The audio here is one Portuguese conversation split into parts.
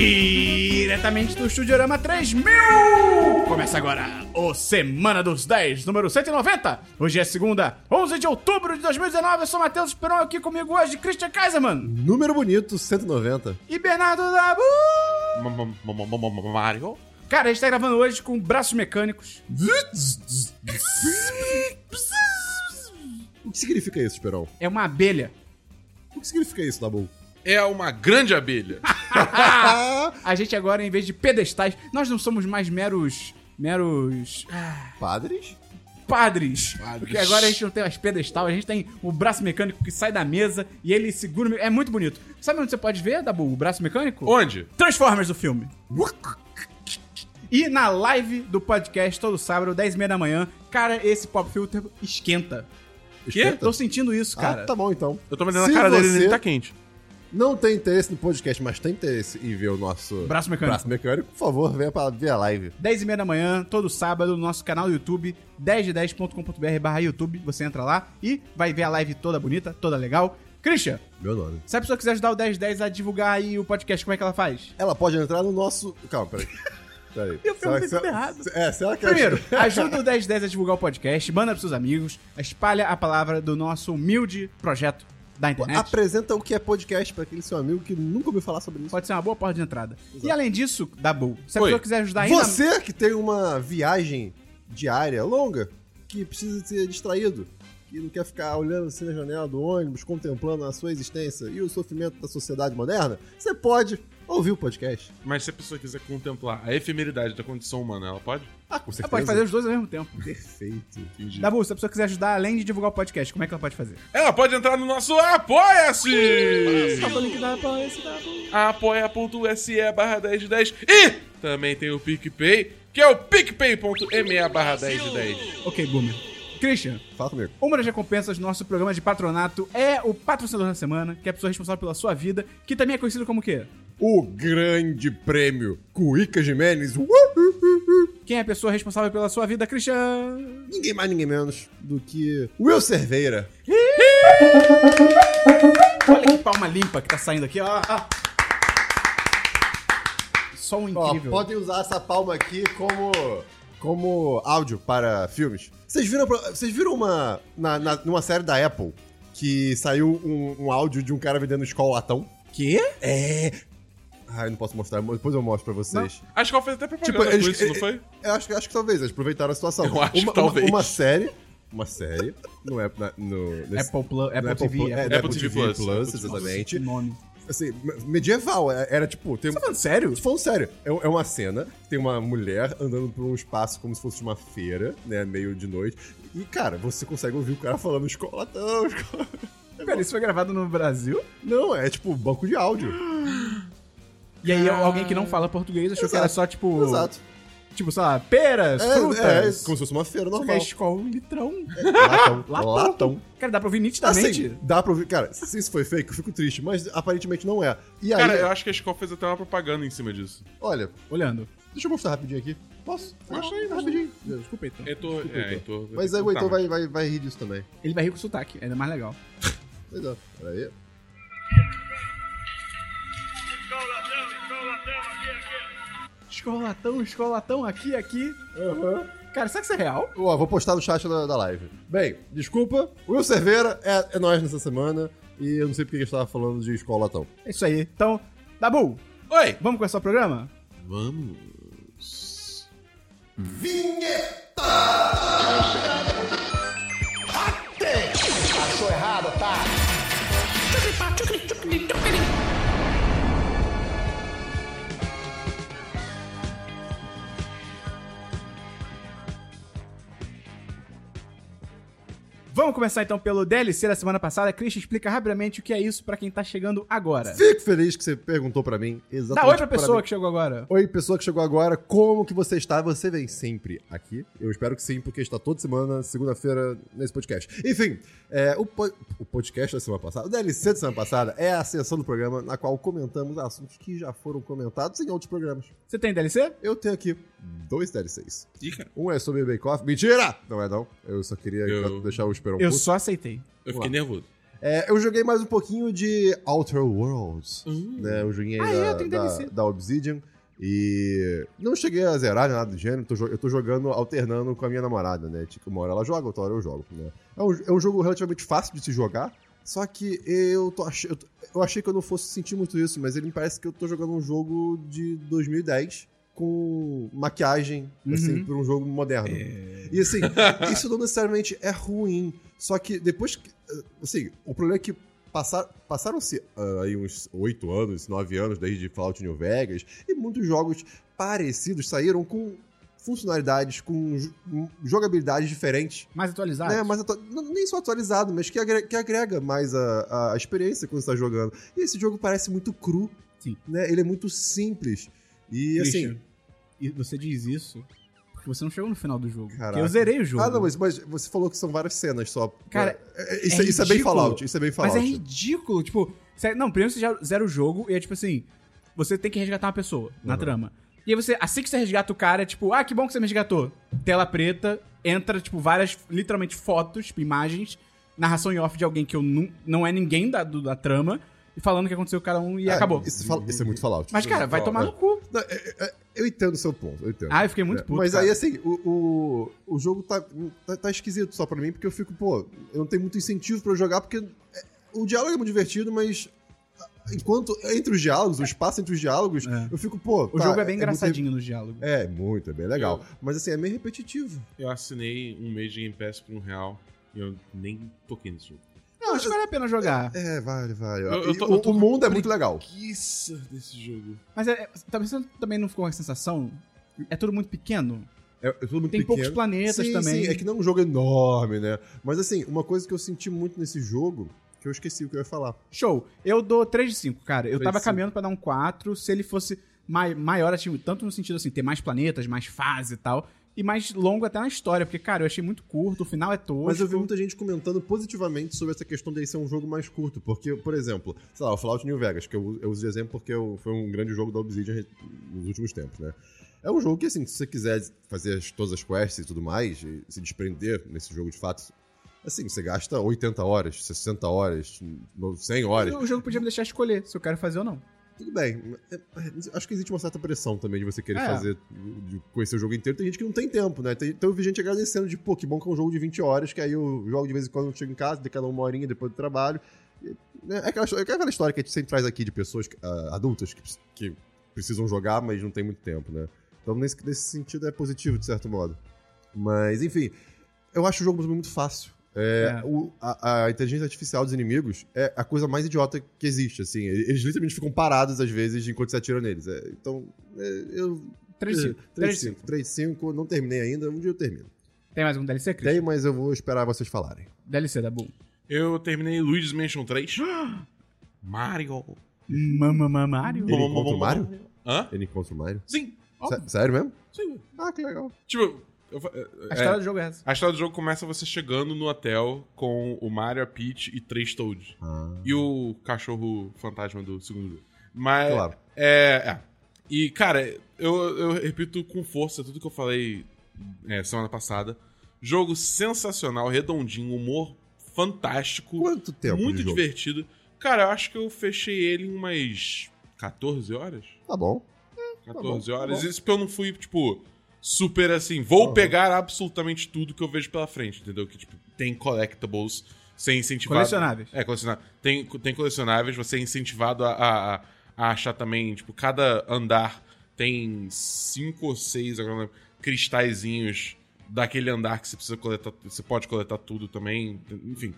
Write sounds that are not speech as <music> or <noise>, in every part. Diretamente do Estúdiorama 3000! Começa agora o Semana dos 10, número 190. Hoje é segunda, 11 de outubro de 2019. Eu sou Matheus Esperon, aqui comigo hoje Christian Kaiserman Número bonito, 190. e Bernardo Dabu. Mario? Cara, a gente tá gravando hoje com braços mecânicos. O que significa isso, Esperão? É uma abelha. O que significa isso, Dabu? É uma grande abelha. Ah, A gente agora, em vez de pedestais, nós não somos mais meros... meros... Ah, Padres? padres. Padres. Porque agora a gente não tem mais pedestal, a gente tem o braço mecânico que sai da mesa e ele segura. o me- É muito bonito. Sabe onde você pode ver, Dabu, o braço mecânico? Onde? Transformers do filme. E na live do podcast todo sábado, 10 h 30 da manhã, cara, esse pop filter esquenta. Esquenta? Tô sentindo isso, cara. Ah, tá bom então. Eu tô mandando Se a cara dele você ele tá quente. Não tem interesse no podcast, mas tem interesse em ver o nosso Braço mecânico. braço mecânico, por favor, venha pra ver a live. 10 e meia da manhã, todo sábado, no nosso canal do YouTube, 10de10.com.br barra YouTube, você entra lá e vai ver a live toda bonita, toda legal. Christian, Meu nome. se a pessoa quiser ajudar o 1010 a divulgar aí o podcast, como é que ela faz? Ela pode entrar no nosso. Calma, <laughs> peraí. Peraí. Eu Será perguntei que- tudo errado. É, será que Primeiro, ajuda o 1010 a divulgar o podcast, manda pros seus amigos, espalha a palavra do nosso humilde projeto da internet. <laughs> Apresenta o que é podcast pra aquele seu amigo que nunca ouviu falar sobre isso. Pode ser uma boa porta de entrada. E além disso, Dabu, se a Oi. pessoa quiser ajudar ainda... Você que tem uma viagem diária longa, que precisa ser distraído, que não quer ficar olhando assim na janela do ônibus, contemplando a sua existência e o sofrimento da sociedade moderna, você pode ouvir o podcast. Mas se a pessoa quiser contemplar a efemeridade da condição humana, ela pode? Ah, com Ela pode fazer os dois ao mesmo tempo. Perfeito. Entendi. Dabu, se a pessoa quiser ajudar, além de divulgar o podcast, como é que ela pode fazer? Ela pode entrar no nosso Apoia-se! Apoia.se barra 1010 e também tem o PicPay, que é o picpay.me barra 1010. Ok, Boomer. Christian, Fala comigo. uma das recompensas do nosso programa de patronato é o patrocinador da semana, que é a pessoa responsável pela sua vida, que também é conhecido como o quê? O grande prêmio Cuica Jimenez. Uh, uh, uh, uh. Quem é a pessoa responsável pela sua vida, Christian? Ninguém mais, ninguém menos do que Will Cerveira. Olha que palma limpa que tá saindo aqui, ó. Só um Ó, incrível. podem usar essa palma aqui como, como áudio para filmes. Vocês viram, vocês viram uma. Na, na- numa série da Apple que saiu um, um áudio de um cara vendendo escola latão? Quê? É. Ah, eu não posso mostrar, mas depois eu mostro pra vocês. Acho que ela fez até propaganda Tipo, com eles- isso, não eh, foi? Eu acho, que- acho que talvez, eles aproveitaram a situação. Eu acho que uma, talvez. Uma, uma série. Uma série. No, App- na- no, nesse- Apple, Plus, no Apple, TV. Plu- é, Apple- no Apple TV+, Plus. Plus, Nossa, exatamente. Que nome. Assim, me- medieval, é- era tipo. Tem, Tá falando sério? Tô falando sério, é, é uma cena, tem uma mulher andando por um espaço como se fosse uma feira, né, meio de noite, e, cara, você consegue ouvir o cara falando escolatão, escola... <laughs> Pera, isso foi gravado no Brasil? Não, é tipo banco de áudio. E aí alguém que não fala português achou que era Ah, Exato. só tipo. Exato. Tipo, sei lá, peras, É, é, frutas. como se fosse uma feira Só que normal. É, é escola, um litrão. Latão, Latão. latão. Cara, dá pra ouvir nitidamente. Assim, dá pra ouvir... Cara, se isso foi fake, eu fico triste, mas aparentemente não é. E aí, Cara, eu acho que a Skol fez até uma propaganda em cima disso. olha, Olhando. deixa eu mostrar rapidinho aqui. Posso? Mostra aí, Não, mostra é rapidinho. Desculpa, então. Heitor, é, Heitor. Mas aí aí o Heitor vai, vai, vai rir disso também. Ele vai rir com sotaque, ainda mais legal. Pois é, peraí. Escolatão, escolatão, aqui, aqui. Aham. Cara, será que isso é real? Ó, vou postar no chat da, da live. Bem, desculpa, Will Cerveira é, é nós nessa semana e eu não sei porque a gente tava falando de escola latão. É isso aí. Então, Dabu, Oi! vamos começar o programa? Vamos. Vamos começar então pelo DLC da semana passada. Christian explica rapidamente o que é isso pra quem tá chegando agora. Fico feliz que você perguntou pra mim Dá exatamente. oi pra pra pessoa mim. que chegou agora. Oi, pessoa que chegou agora, como que você está? Você vem sempre aqui. Eu espero que sim, porque está toda semana, segunda-feira, nesse podcast. Enfim, é, o, po- o podcast da semana passada, o DLC da semana passada, é a sessão do programa na qual comentamos assuntos que já foram comentados em outros programas. Você tem DLC? Eu tenho aqui dois DLCs. Ih, cara, Um é sobre Bake Off. Mentira! Não é não. Eu só queria Eu- deixar o Esperão Eu puto. só aceitei. eu fiquei nervoso. É, eu joguei mais um pouquinho de Outer Worlds. Hum. Né, eu joguei Ah, aí é, da, tem da, DLC. da Obsidian. E não cheguei a zerar nem nada do gênero. tô jo- eu tô jogando, alternando com a minha namorada, né? Tipo, uma hora ela joga, outra hora eu jogo. Né? É, um, é um jogo relativamente fácil de se jogar. Só que eu, tô ach- eu, tô- eu achei que eu não fosse sentir muito isso, mas ele me parece que eu tô jogando um jogo de 2010 com maquiagem, assim, Uhum. pra um jogo moderno. E assim, isso não necessariamente é ruim. Só que depois que. eh, Assim, o problema é que passar- passaram-se ah, aí uns 8 anos, 9 anos desde Fallout New Vegas, e muitos jogos parecidos saíram com funcionalidades, com jo- com jogabilidades diferentes. Mais atualizado. Né, mas atu- não- nem só atualizado, mas que agrega, que agrega mais a, a experiência quando você tá jogando. E esse jogo parece muito cru. Sim. Né? Ele é muito simples. E assim. Christian, e você diz isso porque você não chegou no final do jogo. Caraca. Porque eu zerei o jogo. Ah, não, mas, mas você falou que são várias cenas só. Cara, É, é, isso, é é isso é bem ridículo. Fallout. Isso é bem Mas Fallout. é ridículo, tipo... sério, Não, primeiro você já zera o jogo e é tipo assim... Você tem que resgatar uma pessoa na Uhum. trama. E aí você, assim que você resgata o cara, é tipo... Ah, que bom que você me resgatou. Tela preta, entra, tipo, várias, literalmente, fotos, tipo, imagens, narração em off de alguém que eu não, não é ninguém da, do- da trama, e falando o que aconteceu com cada um e É, acabou. Isso, fala- isso é muito Fallout. Mas, cara, vai Não, tomar é. no cu. Não, é- é- eu entendo o seu ponto, eu entendo. Ah, eu fiquei muito É, puto, Mas cara. aí, assim, o, o, o jogo tá, tá, tá esquisito só pra mim, porque eu fico, pô, eu não tenho muito incentivo pra jogar, porque é, o diálogo é muito divertido, mas enquanto entre os diálogos, o espaço entre os diálogos, É. eu fico, pô. O tá, jogo é bem muito- engraçadinho nos diálogos. é, muito, é bem legal. Mas assim, é meio repetitivo. Eu assinei um mês de Game Pass por um real e eu nem toquei nesse jogo. Não, acho que vale a pena jogar. É, vale, vale. Eu- eu tô- E o, eu tô o mundo é com muito legal. Preguiça desse jogo. Mas é, é, talvez você também não ficou com a sensação. É tudo muito pequeno. É, é tudo muito Tem poucos pequeno. planetas Sim, também. sim, é que não é um jogo enorme, né? Mas assim, uma coisa que eu senti muito nesse jogo, que eu esqueci o que eu ia falar. Show. Eu dou 3 de 5, cara. Eu 3 de tava 5. caminhando pra dar um 4. Se ele fosse mai- maior, assim, tanto no sentido assim, ter mais planetas, mais fase e tal. E mais longo até na história, porque, cara, eu achei muito curto, o final é tosco. Mas eu vi muita gente comentando positivamente sobre essa questão de ser um jogo mais curto. Porque, por exemplo, sei lá, o Fallout New Vegas, que eu, eu uso de exemplo porque eu- foi um grande jogo da Obsidian re- nos últimos tempos, né? É um jogo que, assim, se você quiser fazer as- todas as quests e tudo mais, e se desprender nesse jogo de fato, assim, você gasta 80 horas, 60 horas, no- 100 horas. O jogo podia me deixar escolher se eu quero fazer ou não. Tudo bem. É, é, Acho que existe uma certa pressão também de você querer É. fazer, de conhecer o jogo inteiro. Tem gente que não tem tempo, né? Tem- então eu vi gente agradecendo de, pô, que bom que é um jogo de 20 horas, que aí eu jogo de vez em quando, eu chego em casa, de cada uma horinha depois do trabalho. E, né, é, aquela, histó- é aquela história que a gente sempre traz aqui de pessoas ah, adultas que, precis- que precisam jogar, mas não tem muito tempo, né? Então nesse, nesse sentido é positivo, de certo modo. Mas, enfim, eu acho o jogo muito fácil. É, É. o- a, a inteligência artificial dos inimigos é a coisa mais idiota que existe, assim. Eles eles literalmente ficam parados, às vezes, enquanto você atira neles. É, então, é, eu... é, 3 de 5. 3 de 5. 3-5, não terminei ainda, um dia eu termino. Tem mais um DLC, Cris? Tem, mas eu vou esperar vocês falarem. DLC da Boom. Eu terminei Luigi's Mansion 3. <gasps> Mario. Mama Mario. Ele encontra o Mario? Hã? Ele encontra o Mario? Sim. Óbvio. Sé- Sério mesmo? Sim. Ah, que legal. Tipo, eu fa- A é, é, história do jogo é essa. a história do jogo começa você chegando no hotel com o Mario, a Peach e três Toads. Ah, E o cachorro fantasma do segundo jogo. Mas. claro. É, é. E, cara, eu, eu repito com força tudo que eu falei é, semana passada. Jogo sensacional, redondinho, humor fantástico. Quanto tempo muito de jogo? divertido. Cara, eu acho que eu fechei ele em umas 14 horas. Tá <laughs> bom. 14 bom, tá horas. bom. Isso porque eu não fui, tipo, super assim. Vou Uhum. pegar absolutamente tudo que eu vejo pela frente, entendeu? Que, tipo, tem collectibles sem incentivar. Colecionáveis. É, colecionáveis. Tem, tem colecionáveis, você é incentivado a, a, a- a achar também, tipo, cada andar tem cinco ou seis agora, não lembro, cristalzinhos daquele andar que você precisa coletar, você pode coletar tudo também, enfim.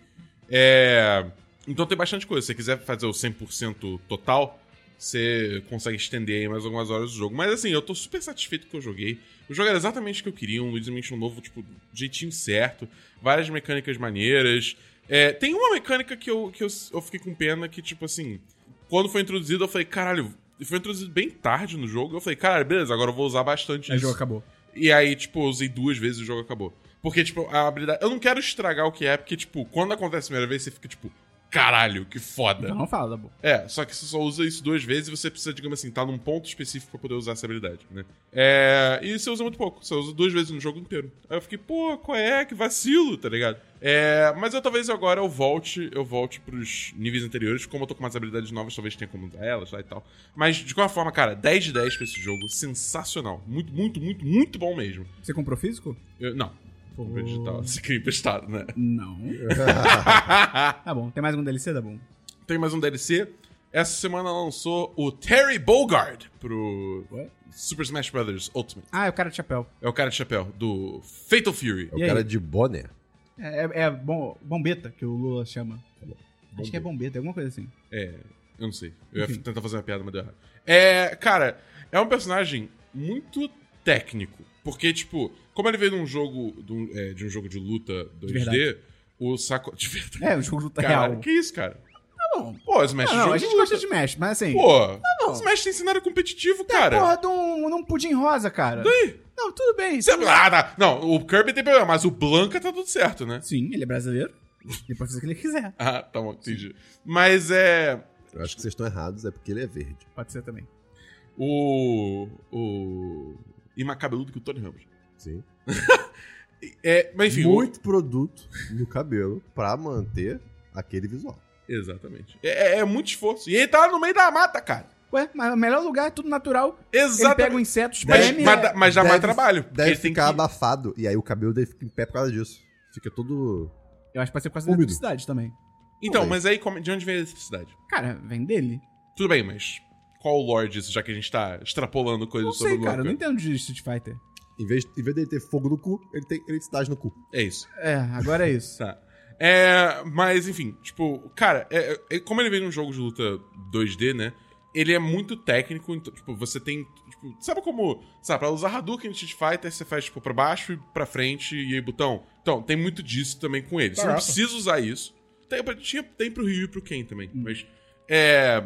É, então tem bastante coisa. Se você quiser fazer o 100% total, você consegue estender aí mais algumas horas do jogo. Mas assim, eu tô super satisfeito com o que eu joguei. O jogo era exatamente o que eu queria, um Luigi's Mansion novo, tipo, do jeitinho certo, várias mecânicas maneiras. É, tem uma mecânica que, eu, que eu, eu fiquei com pena que, tipo assim, quando foi introduzido, eu falei, caralho, foi introduzido bem tarde no jogo. Eu falei, caralho, beleza, agora eu vou usar bastante Aí O isso. jogo acabou. E aí, tipo, eu usei duas vezes e o jogo acabou. Porque, tipo, a habilidade. Eu não quero estragar o que é, porque, tipo, quando acontece a primeira vez, você fica, tipo, caralho, que foda. Então Não, não fala, Dabu. É, só que você só usa isso duas vezes e você precisa, digamos assim, tá num ponto específico pra poder usar essa habilidade, né? É, e você usa muito pouco, você usa duas vezes no jogo inteiro. Aí eu fiquei, pô, qual é? Que vacilo, tá ligado? É, mas eu talvez agora eu volte, eu volte pros níveis anteriores, como eu tô com umas habilidades novas, talvez tenha como usar elas lá e tal. Mas, de qualquer forma, cara, 10 de 10 pra esse jogo, sensacional. Muito, muito, muito, muito bom mesmo. Você comprou físico? Eu- não, Hum. comprei <laughs> digital, se queria <laughs> emprestado, né? Não. É tá bom. Tem mais um DLC, Dabu? Tem mais um DLC. Essa semana lançou o Terry Bogard pro What? Super Smash Bros. Ultimate. Ah, é o cara de chapéu. É o cara de chapéu do Fatal Fury. É o E aí? cara de boné. É, é, é bom, bombeta, que o Lula chama. Acho que é bombeta, alguma coisa assim. É, eu não sei. Eu ia tentar fazer uma piada, mas deu errado. É, cara, é um personagem muito técnico. Porque, tipo, como ele veio de um jogo de um, é, de, um jogo de luta 2D, verdade. o saco. <laughs> De <laughs> verdade. É, o jogo de luta Caralho, real. que isso, cara? Tá bom. Pô, Smash Não, é não, jogo a de gente luta. gosta de É, Smash, mas assim. Pô, bom. Smash tem cenário competitivo, cara. Porra, de um, de um pudim rosa, cara. Daí? Não, tudo bem. Você- tudo- Ah, tá. Não, o Kirby tem problema, mas o Blanca tá tudo certo, né? <laughs> Sim, ele é brasileiro. Ele pode fazer o que ele quiser. Ah, tá bom, entendi. Mas é. Eu acho que vocês estão errados, é porque ele é verde. Pode ser também. O. O. E mais cabeludo que o Tony Ramos. Sim. É, mas enfim. Muito produto no cabelo pra manter aquele visual. o- Exatamente. É, é- é muito esforço. E ele tá no meio da mata, cara. Ué, mas o melhor lugar é tudo natural. Ele pega o Exatamente. inseto, Mas, espreme. é. mas, dá- mas dá mais Deve- trabalho. porque Deve ele tem ficar que- abafado. E aí o cabelo dele fica em pé por causa disso. Fica todo. Eu acho que pode ser por causa da Úmido. eletricidade também. Então, mas aí como- de onde vem a eletricidade? Cara, vem dele? Tudo bem, mas qual o lore disso, já que a gente tá extrapolando coisas Não sobre sei, o cara. Eu Blanca? não entendo de Street Fighter. Em vez, em vez dele ter fogo no cu, ele tem eletricidade no cu. É isso. É, agora é isso. Tá. É, mas enfim, tipo, cara, é- é- como ele veio num jogo de luta 2D, né? Ele é muito técnico, então, tipo, você tem. Tipo, sabe como. Sabe, pra usar Hadouken no Street Fighter, você faz, tipo, pra baixo e pra frente e aí botão. Então, tem muito disso também com ele. Você não Caraca. precisa usar isso. Tem, pra- tinha, tem pro Ryu e pro Ken também, mas. É.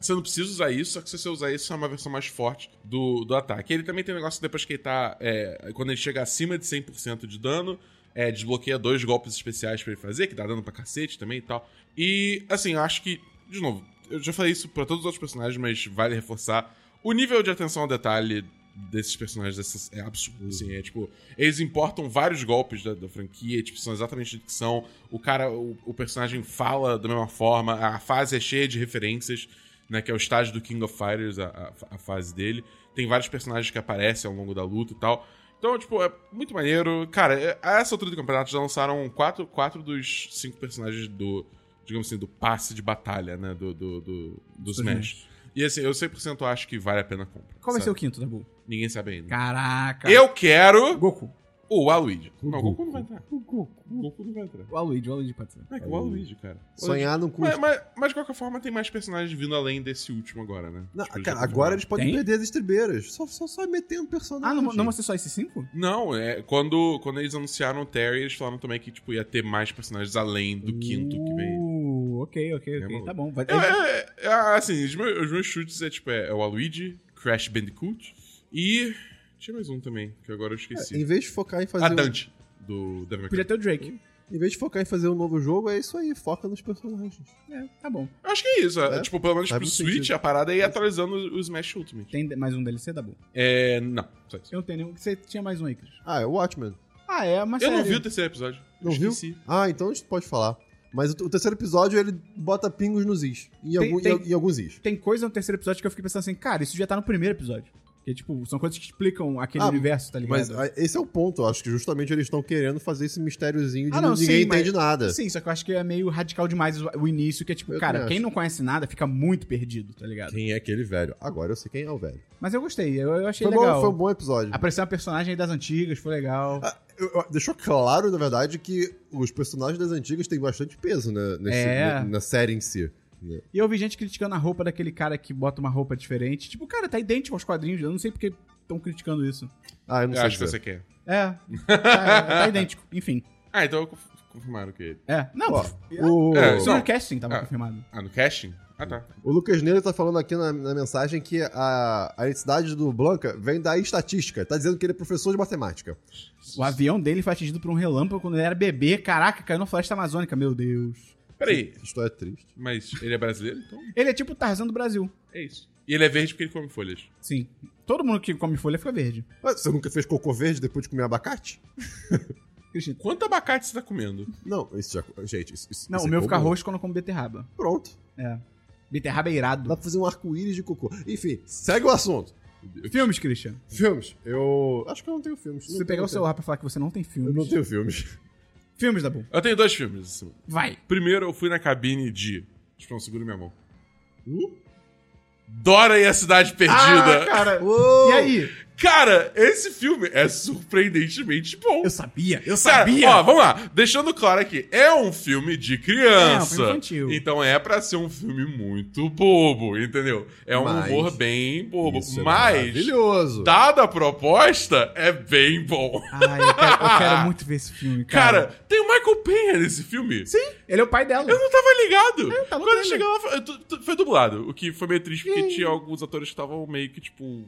Você não precisa usar isso, só que se você usar isso, é uma versão mais forte do, do ataque. Ele também tem um negócio que depois que ele tá. é, quando ele chega acima de 100% de dano, é, desbloqueia dois golpes especiais pra ele fazer, que dá dano pra cacete também e tal. E, assim, eu acho que, de novo, eu já falei isso pra todos os outros personagens, mas vale reforçar. O nível de atenção ao detalhe desses personagens dessas- é absurdo, assim, é tipo, eles importam vários golpes da, da franquia, tipo, são exatamente o que são, o cara, o, o personagem fala da mesma forma, a fase é cheia de referências, né, que é o estágio do King of Fighters, a- a, a fase dele, tem vários personagens que aparecem ao longo da luta e tal, então, tipo, é muito maneiro. Cara, é- a essa altura do campeonato já lançaram quatro, quatro dos cinco personagens do, digamos assim, do passe de batalha, né? Do, do, do, do Smash. E assim, eu 100% acho que vale a pena a compra. Uhum. Qual vai ser sabe? o quinto, Dabu? Ninguém sabe ainda. Caraca. Eu quero Goku. o Waluigi. O não, o Goku não vai entrar. O Goku. O Goku não vai entrar. O Aluíde, o Aluíde pode ser. É que o Waluigi, cara. Sonhar não custa. Mas, mas, mas de qualquer forma, tem mais personagens vindo além desse último agora, né? Não, Tipo, já cara, tá agora falando. eles podem Tem? perder as estribeiras. Só, só, só metendo personagem. Ah, não, não vão ser só esses cinco? Não, é, quando, quando eles anunciaram o Terry, eles falaram também que tipo, ia ter mais personagens além do quinto que vem. Uh, ok, ok, É, ok. maluco. tá bom. Vai, É, é, é, assim, os meus, os meus chutes é tipo, é, é o Aluigi, Crash Bandicoot e. Tinha mais um também, que agora eu É, Em esqueci. vez de focar em fazer. a Dante, do Devil May Cry. Podia ter o Drake. Um, em vez de focar em fazer um novo jogo, é isso aí. Foca nos personagens. É, tá bom. Eu Acho que é isso. é, É? tipo, pelo menos Faz pro muito Switch, sentido. um a parada é ir atualizando o Smash Ultimate. Tem de- mais um DLC, Dabu? É. Não, só isso. Eu não tenho nenhum. Você tinha mais um aí, Cris. Ah, é o Watchmen. Ah, é, mas Eu não sério. vi o terceiro episódio. Não eu viu? esqueci. Ah, então a gente pode falar. Mas o, o terceiro episódio ele bota pingos nos is. Em, algum- tem- em al- em alguns is. Tem coisa no terceiro episódio que eu fiquei pensando assim, cara, isso já tá no primeiro episódio. Que, tipo, são coisas que explicam aquele Ah, universo, tá Mas ligado? ah, esse é o ponto. Eu acho que justamente eles estão querendo fazer esse mistériozinho de Ah, não, ninguém sim, mas- entende nada. Sim, só que eu acho que é meio radical demais o o início, que é tipo, Eu cara, também quem acho. não conhece nada fica muito perdido, tá ligado? Quem é aquele velho? Agora eu sei quem é o velho. Mas eu gostei, eu, eu achei Foi, legal. bom, foi um bom episódio. Apareceu uma personagem aí das antigas, foi legal. Ah, eu- eu- deixou claro, na verdade, que os personagens das antigas têm bastante peso né, nesse- É. na, na série em si. E eu vi gente criticando a roupa daquele cara que bota uma roupa diferente. Tipo, cara, tá idêntico aos quadrinhos, eu não sei porque estão criticando isso. Ah, eu não Eu sei. acho que dizer. você quer. É, tá, tá idêntico, enfim. <laughs> Ah, então eu conf- confirmaram que. É, não, Ó, pff, o, É, isso não. no casting tava Ah. confirmado. Ah, no casting? Ah, tá. o Lucas Neira tá falando aqui na, na mensagem que a, a identidade do Blanca vem da estatística. Tá dizendo que ele é professor de matemática. O avião dele foi atingido por um relâmpago quando ele era bebê. Caraca, caiu na floresta amazônica, meu Deus. Peraí, Que História é triste. mas ele é brasileiro, então Ele é tipo o Tarzan do Brasil. é isso. E ele é verde porque ele come folhas. Sim. Todo mundo que come folha fica verde. Mas você nunca fez cocô verde depois de comer abacate? Cristina. Quanto abacate você tá comendo? Não, isso já. Gente, isso. isso Não, isso o é meu fica comum. roxo quando eu como beterraba. Pronto. É. Beterraba é irado. Dá pra fazer um arco-íris de cocô. Enfim, segue o assunto. Filmes, Christian. Filmes. Eu. Acho que eu não tenho filmes. Se Não você pegar tenho, o celular pra falar que você não tem Eu filmes. não tenho filmes. Filmes, Dabu. Eu tenho dois filmes essa semana. Vai. Primeiro, eu fui na cabine de. Tipo, não, segura minha mão. Uh! Hum? Dora e a Cidade Perdida. Ah, cara. Uou! E aí? Cara, esse filme é surpreendentemente bom. Eu sabia. Eu Cara, sabia. ó, vamos lá. Deixando claro aqui, é um filme de É, um criança. filme infantil. Então é pra ser um filme muito bobo, entendeu? É um Mas- humor bem bobo. Isso é mas, Maravilhoso. dada a proposta, é bem <laughs> bom. Ai, eu quero, eu <laughs> quero muito ver esse filme, Cara, cara. tem o Michael Penha nesse filme. Sim, É, tá ele é o pai dela. Eu não tava ligado. eu tava Quando eu vendo. cheguei lá, foi- tu- tu- foi dublado. O que foi meio triste, porque tinha alguns atores que estavam meio que, tipo,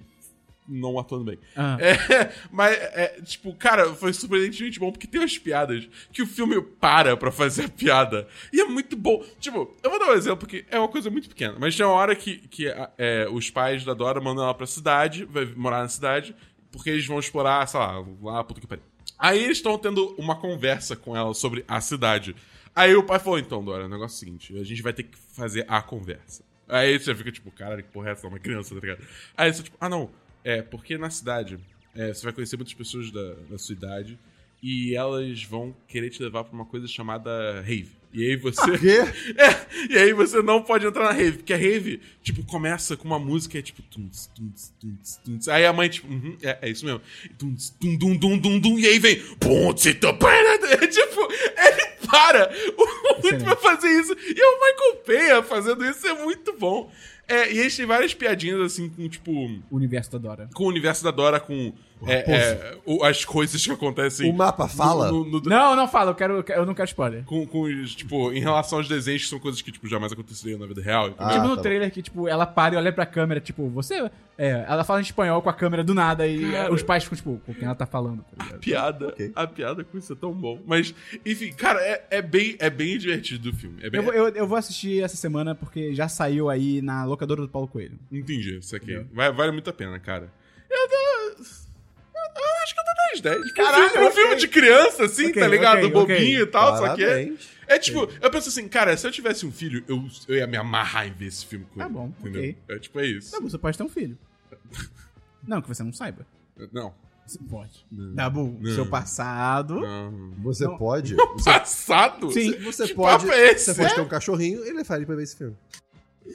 não atuando bem. Ah. É, mas, é, tipo, cara, foi surpreendentemente bom, porque tem umas piadas que o filme para pra fazer a piada. E é muito bom. Tipo, eu vou dar um exemplo, porque é uma coisa muito pequena. Mas tem uma hora que, que a- é, os pais da Dora mandam ela pra cidade, vai morar na cidade, porque eles vão explorar, sei lá, lá, puta que pariu. Aí eles estão tendo uma conversa com ela sobre a cidade. Aí o pai falou, então, Dora, o negócio é o seguinte, a gente vai ter que fazer a conversa. Aí você fica tipo, caralho, que porra é essa? Uma criança, tá ligado? Aí você tipo, ah não, é porque na cidade é, você vai conhecer muitas pessoas da, da sua idade e elas vão querer te levar pra uma coisa chamada rave. E aí você... Quê? <laughs> É, e aí você não pode entrar na rave, porque a rave, tipo, começa com uma música e é tipo... Tunts, tunts, tunts, tunts. Aí a mãe, tipo, uhum, é, é isso mesmo. Tunts, tum, dum, dum, dum, dum, e aí vem... Ponte, tu, para, <laughs> é tipo, ele para o muito pra fazer isso. E o Michael Peia fazendo isso é muito bom. É, e eles têm várias piadinhas, assim, com, tipo... O universo da Dora. Com o universo da Dora, com... é, é, o- as coisas que acontecem... O mapa fala? no- no- no- Não, não fala, eu, quero, eu não quero spoiler. com, com os, tipo, em relação aos desenhos, que são coisas que, tipo, jamais aconteceriam na vida real. entendeu? Ah, tipo no tá trailer que, tipo, ela para e olha pra câmera, tipo, você. É, ela fala em espanhol com a câmera do nada e Cara. os pais ficam, tipo, com quem ela tá falando. tá ligado? piada. Ok. A piada com isso é tão bom. Mas, enfim, cara, é, é bem, é bem divertido o filme. É bem, Eu, vou- eu, eu vou assistir essa semana porque já saiu aí na locadora do Paulo Coelho. Entendi, isso aqui. Vai- vale muito a pena, cara. Eu dou. Eu eu acho que eu dou 10, 10. Caralho, um filme, um ok. filme de criança, assim, Ok, tá ligado? ok, Bobinho ok. e tal, só que é. Parabéns. É tipo, eu penso assim, cara, se eu tivesse um filho, eu, eu ia me amarrar em ver esse filme com Tá ele. bom, entendeu? ok. É tipo, é isso. Dabu, você pode ter um filho. <laughs> Não, que você não saiba. Não. Você pode. Dabu, seu passado. não. Você Não. pode. Passado? Sim. Você <laughs> Que pode. papo é esse? Você pode ter um cachorrinho e levar ele pra ver esse filme.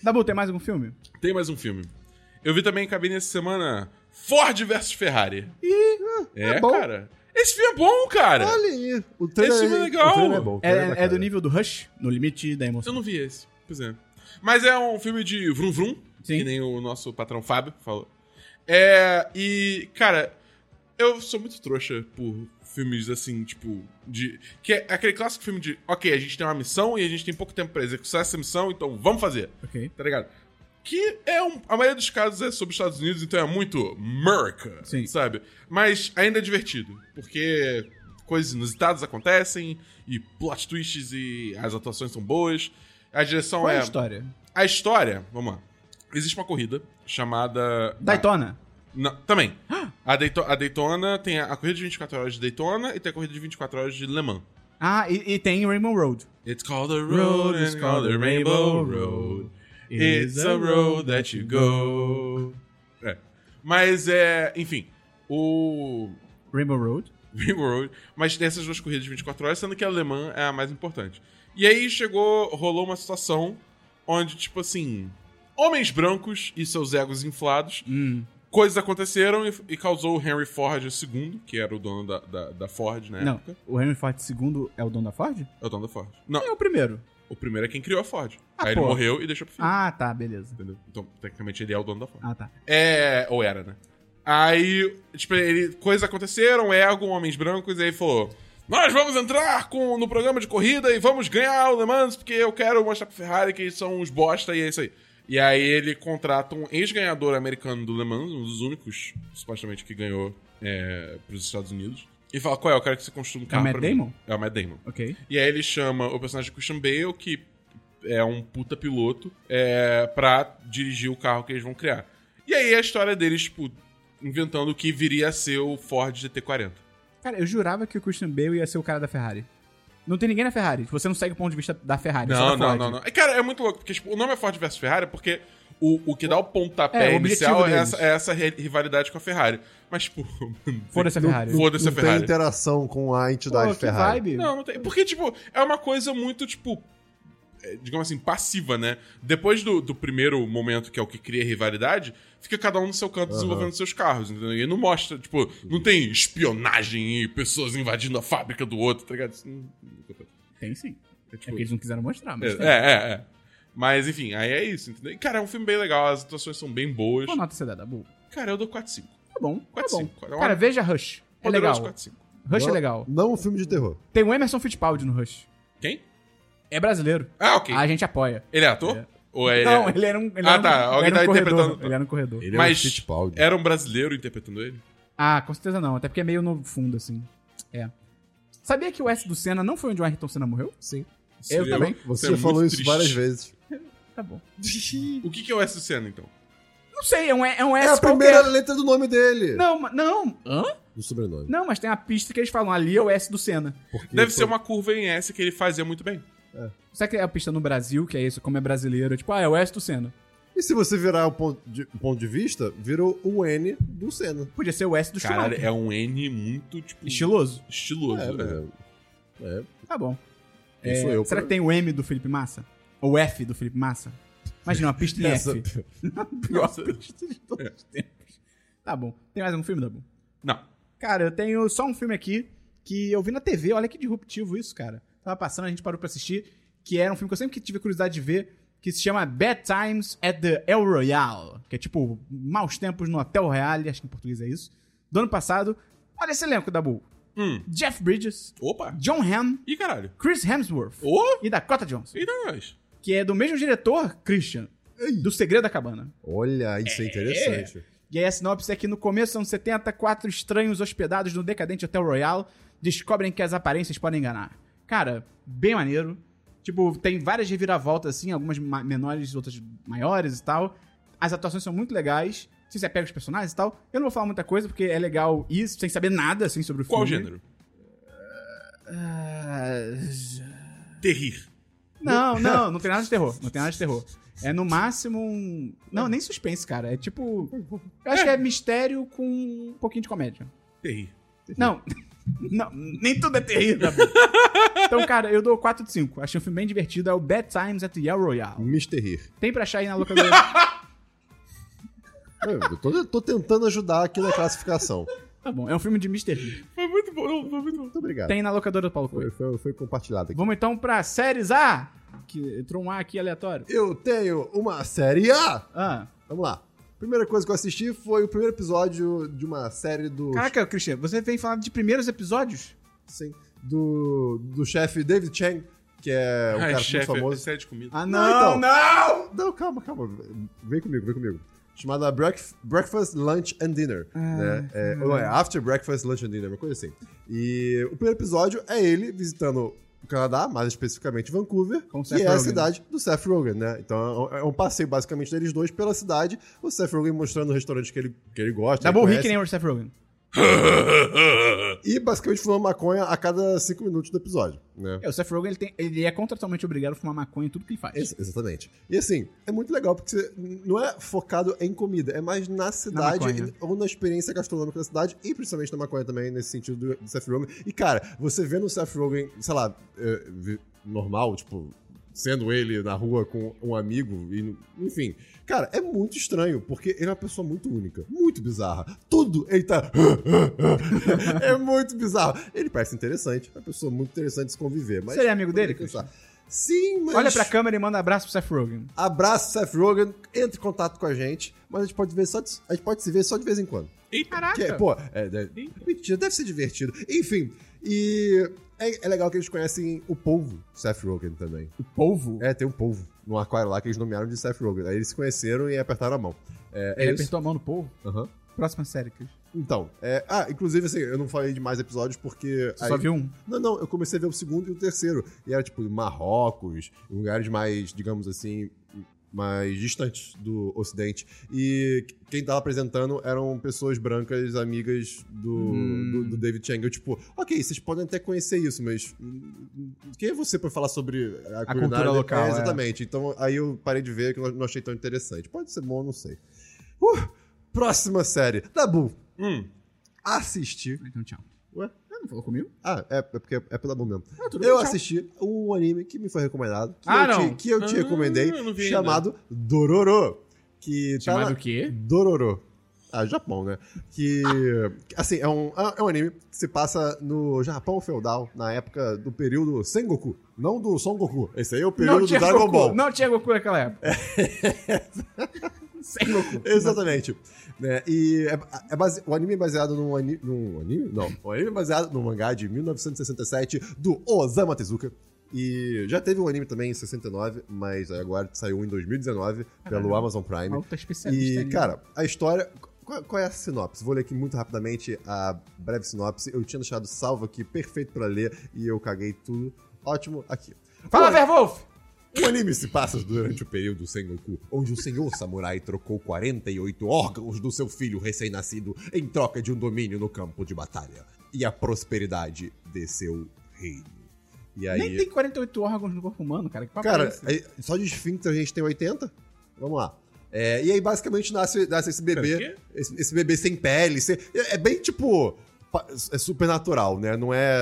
Dabu, tem mais algum filme? Tem mais um filme. Eu vi também em cabine essa semana Ford versus Ferrari. é, bom. cara. Esse filme é bom, cara. Olha aí. O trailer, filme é legal. O trailer é bom. o É, trailer é bacana. do nível do Rush, no limite da Eu emoção. não vi esse. Pois é. Mas é um filme de vrum vrum, Sim. que nem o nosso patrão Fábio falou. É, e, cara, eu sou muito trouxa por filmes assim, tipo, de que é aquele clássico filme de, OK, a gente tem uma missão e a gente tem pouco tempo pra executar essa missão, então vamos fazer. Ok. tá ligado? Que é um, a maioria dos casos é sobre os Estados Unidos, então é muito America, Sim. sabe? Mas ainda é divertido, porque coisas inusitadas acontecem, e plot twists, e as atuações são boas. A direção Qual é é. a história? A história, vamos lá. Existe uma corrida chamada. Daytona. Não, <gasps> também. A, Dayto- a Daytona tem a, a corrida de 24 horas de Daytona e tem a corrida de 24 horas de Le Mans. Ah, e, e tem Rainbow Road. It's called a road, it's called a rainbow road. It's a road that you go. É. Mas é, enfim, o <laughs> Rainbow Road. Rainbow Road, mas tem essas duas corridas de 24 horas, sendo que a alemã é a mais importante. E aí chegou, rolou uma situação onde tipo assim, homens brancos e seus egos inflados Coisas aconteceram e, e causou o Henry Ford II, que era o dono da, da, da Ford na Não, época. o Henry Ford II é o dono da Ford? É o dono da Ford. Não, É o primeiro. o primeiro é quem criou a Ford. Ah, aí ele pô. morreu e deixou pro filho. Ah, tá, beleza. Entendeu? Então, tecnicamente, ele é o dono da Ford. Ah, tá. É. Ou era, né? Aí, tipo, ele, coisas aconteceram, ego, homens brancos, e aí falou: Nós vamos entrar com, no programa de corrida e vamos ganhar o Le Mans, porque eu quero mostrar pro Ferrari que eles são uns bosta e é isso aí. E aí ele contrata um ex-ganhador americano do Le Mans, um dos únicos, supostamente, que ganhou é, pros Estados Unidos. E fala, qual é? Eu quero que você construa um É o carro Matt pra mim. Damon? É o Matt Damon. Ok. E aí ele chama o personagem Christian Bale, que é um puta piloto, é, pra dirigir o carro que eles vão criar. E aí a história deles, tipo, inventando o que viria a ser o Ford GT40. Cara, eu jurava que o Christian Bale ia ser o cara da Ferrari. Não tem ninguém na Ferrari. Você não segue o ponto de vista da Ferrari. só Não, da não, Ford. não, não. E, Cara, é muito louco, porque tipo, o nome é Ford versus Ferrari porque o, o que dá o pontapé É, o objetivo inicial é deles. essa, é essa re- rivalidade com a Ferrari. Mas, tipo. <laughs> Foda-se a Ferrari. Foda-se a Não tem é Ferrari. interação com a entidade Pô, que Ferrari. vibe. Não, não tem. Porque, tipo, é uma coisa muito, tipo. é, Digamos assim, passiva, né? Depois do, do primeiro momento, que é o que cria rivalidade, fica cada um no seu canto desenvolvendo seus carros, entendeu? E não mostra, tipo, Uhum. não tem espionagem e pessoas invadindo a fábrica do outro, tá ligado? Isso não- Tem sim. É, É tipo, porque eles não quiseram mostrar, é, mas tem. é, é. Mas enfim, aí é isso, entendeu? E, cara, é um filme bem legal, as atuações são bem boas. Qual nota você dá, Dabu? Cara, eu dou 4-5. Tá bom, tá 4, bom. 5, é uma- Cara, veja Rush. É legal. Poderoso 4-5. Rush é Não- legal. Não um filme de terror. Tem o Emerson Fittipaldi no Rush. Quem? É brasileiro. Ah, ok. A gente apoia. Ele é ator? É. Ou é ele não, é- ele era um. Ele Ah, era um- tá, ele era alguém um tá corredor. interpretando. Ele era um corredor. Ele Mas- é o Fittipaldi. Era um brasileiro interpretando ele? Ah, com certeza não. Até porque é meio no fundo, assim. É. Sabia que o S do Senna não foi onde o Ayrton Senna morreu? Sim. Eu também. Você é já muito falou isso triste. várias vezes. Tá bom. O que, que é o S do Senna, então? Não sei, é um, é um É S a qualquer. primeira letra do nome dele. Não, ma- não. Hã? Do sobrenome. Não, mas tem uma pista que eles falam. Ali é o S do Senna. Porque Deve foi- ser uma curva em S que ele fazia muito bem. Será que é a pista no Brasil, que é isso, como é brasileiro? Tipo, ah, é o S do Senna. E se você virar o ponto de, o ponto de vista, virou o N do Senna. Podia ser o S do Caralho, Schumacher. é um N muito, tipo... Estiloso. Estiloso, É, <laughs> né? é. Tá bom. Quem É, sou eu será pra- que tem o M do Felipe Massa? Ou o F do Felipe Massa? Imagina, uma pista em Essa- F. Pior pista de todos os tempos. Tá bom. Tem mais algum filme, Dabu? Não. Cara, eu tenho só um filme aqui que eu vi na TV. Olha que disruptivo isso, cara. Tava passando, a gente parou pra assistir. Que era um filme que eu sempre tive curiosidade de ver. Que se chama Bad Times at the El Royale. Que é tipo, Maus Tempos no Hotel Royale. Acho que em português é isso. Do ano passado. Olha esse elenco, Dabu. Hum. Jeff Bridges, Opa. John Hamm, Ih, caralho. Chris Hemsworth Ô! e Dakota Johnson. E nós? Que é do mesmo diretor, Christian. Do Segredo da Cabana. Olha, isso é interessante. E aí a sinopse é que no começo dos anos 70, quatro estranhos hospedados no decadente Hotel Royal descobrem que as aparências podem enganar. Cara, bem maneiro. Tipo, tem várias reviravoltas assim, algumas ma- menores, outras maiores e tal. As atuações são muito legais. Se você pega os personagens e tal, eu não vou falar muita coisa porque é legal isso, sem saber nada assim sobre o Qual filme. gênero? Ah, Terrir. Não, não, não tem nada de terror. Não tem nada de terror. É no máximo um. Não, nem suspense, cara. É tipo. Eu acho que é mistério com um pouquinho de comédia. Terrir. Não. <laughs> Não, nem tudo é terrível. Dabu. Então, cara, eu dou 4 de 5. Achei um filme bem divertido. É o Bad Times at the El Royale. Mr. Rir. Tem pra achar aí na locadora. É, Eu tô, tô tentando ajudar aqui na classificação. Muito tá bom, é um filme de Mr. Lee. Foi muito bom, não, foi muito bom. obrigado. Tem na locadora do Paulo Coelho. Foi, foi- foi compartilhado aqui. Vamos então pra séries A. Que entrou um A aqui aleatório. Eu tenho uma série A. Ah. Vamos lá. Primeira coisa que eu assisti foi o primeiro episódio de uma série do. Caraca, Cristian, você vem falar de primeiros episódios? Sim, do, do chefe David Chang, que é um cara Ai, chefe, muito é famoso. série de comida. Ah, não, então. não! Não, calma, calma. Vem comigo, vem comigo. Chamada Breakf- Breakfast, Lunch and Dinner. Ah, né? É, uhum. ou não, é After Breakfast, Lunch and Dinner, uma coisa assim. E o primeiro episódio é ele visitando o Canadá, mais especificamente Vancouver, Com o que Seth é a Rogen. cidade do Seth Rogen, né? Então é um- é um passeio basicamente deles dois pela cidade, o Seth Rogen mostrando o restaurante que ele, que ele gosta. Tá ele bom, conhece. Rick nem o Seth Rogen. Ah. E basicamente fumando maconha a cada cinco minutos do episódio, né? É, o Seth Rogen ele, tem- ele é contratualmente obrigado a fumar maconha em tudo que ele faz. Ex- exatamente. E assim, é muito legal porque você não é focado em comida, é mais na cidade maconha. ou na experiência gastronômica da cidade e principalmente na maconha também, nesse sentido do, do Seth Rogen. E cara, você vê no Seth Rogen, sei lá, eh, vi- normal, tipo, sendo ele na rua com um amigo, e, no- enfim. Cara, é muito estranho, porque ele é uma pessoa muito única, muito bizarra. Tudo ele tá. <laughs> é muito bizarro. Ele parece interessante, é uma pessoa muito interessante de se conviver. Mas Você é amigo dele, pensar. Sim, mas. Olha pra câmera e manda abraço pro Seth Rogen. Abraço, Seth Rogen. Entre em contato com a gente. Mas a gente pode, ver só de- a gente pode se ver só de vez em quando. <laughs> Eita. Caraca! Que, pô, é, deve, mentira, deve ser divertido. Enfim, e é, é legal que eles conhecem o polvo, Seth Rogen também. o polvo? É, tem um polvo no aquário lá que eles nomearam de Seth Rogen. Aí eles se conheceram e apertaram a mão. É, é ele isso. apertou a mão no polvo? Aham. Próxima série, Cris. Então, é, ah, inclusive assim, eu não falei de mais episódios porque. Você só viu um? Não, não, eu comecei a ver o segundo e o terceiro. E era tipo Marrocos, em lugares mais, digamos assim, mais distantes do Ocidente. E quem tava apresentando eram pessoas brancas, amigas do, do, do David Chang. Eu, tipo, ok, vocês podem até conhecer isso, mas hum, quem é você pra falar sobre a, culinária cultura da- local, É, é. exatamente. Então aí eu parei de ver que eu não achei tão interessante. Pode ser bom, não sei. Uh, próxima série. Dabu, Hum, assisti. Então, tchau. Ué? Ah, não falou comigo? Ah, é, é porque é, é pela Dabu mesmo. Ah, tudo bem, eu tchau. assisti um anime que me foi recomendado. Que Ah, eu te- não. que eu te Ah, recomendei, eu não vi ainda. chamado Dororo. Que tá Chamado na- o quê? Dororo. Ah, Japão, né? Que. Assim, é um, é um anime que se passa no Japão feudal, na época do período Sengoku. Não do Son Goku. Esse aí é o período do Dragon Goku. Ball. Não tinha Goku naquela <laughs> época. Sem Goku. Exatamente. Né? E é, é base- o anime é baseado num, ani, num anime? Não. O anime é baseado num mangá de 1967 do Osama Tezuka. E já teve um anime também em 69, mas agora saiu um em 2019 pelo Amazon Prime. Alta especialista. E, né? cara, a história. Qual, qual é a sinopse? Vou ler aqui muito rapidamente a breve sinopse. Eu tinha deixado salvo aqui, perfeito pra ler, e eu caguei tudo. Ótimo, aqui. Fala, Ué. Verwolf! O Um anime se passa durante o período Sengoku, onde o senhor samurai trocou 48 órgãos do seu filho recém-nascido em troca de um domínio no campo de batalha. E a prosperidade de seu reino. E aí. é. Nem tem 48 órgãos no corpo humano, cara. Que papo é Cara, esse? aí, só de esfíncter a gente tem 80? Vamos lá. É, e aí, basicamente, nasce, nasce esse Pera, bebê. o Esse, esse bebê sem pele. sem- é, é bem tipo. pa- É supernatural, né? Não é.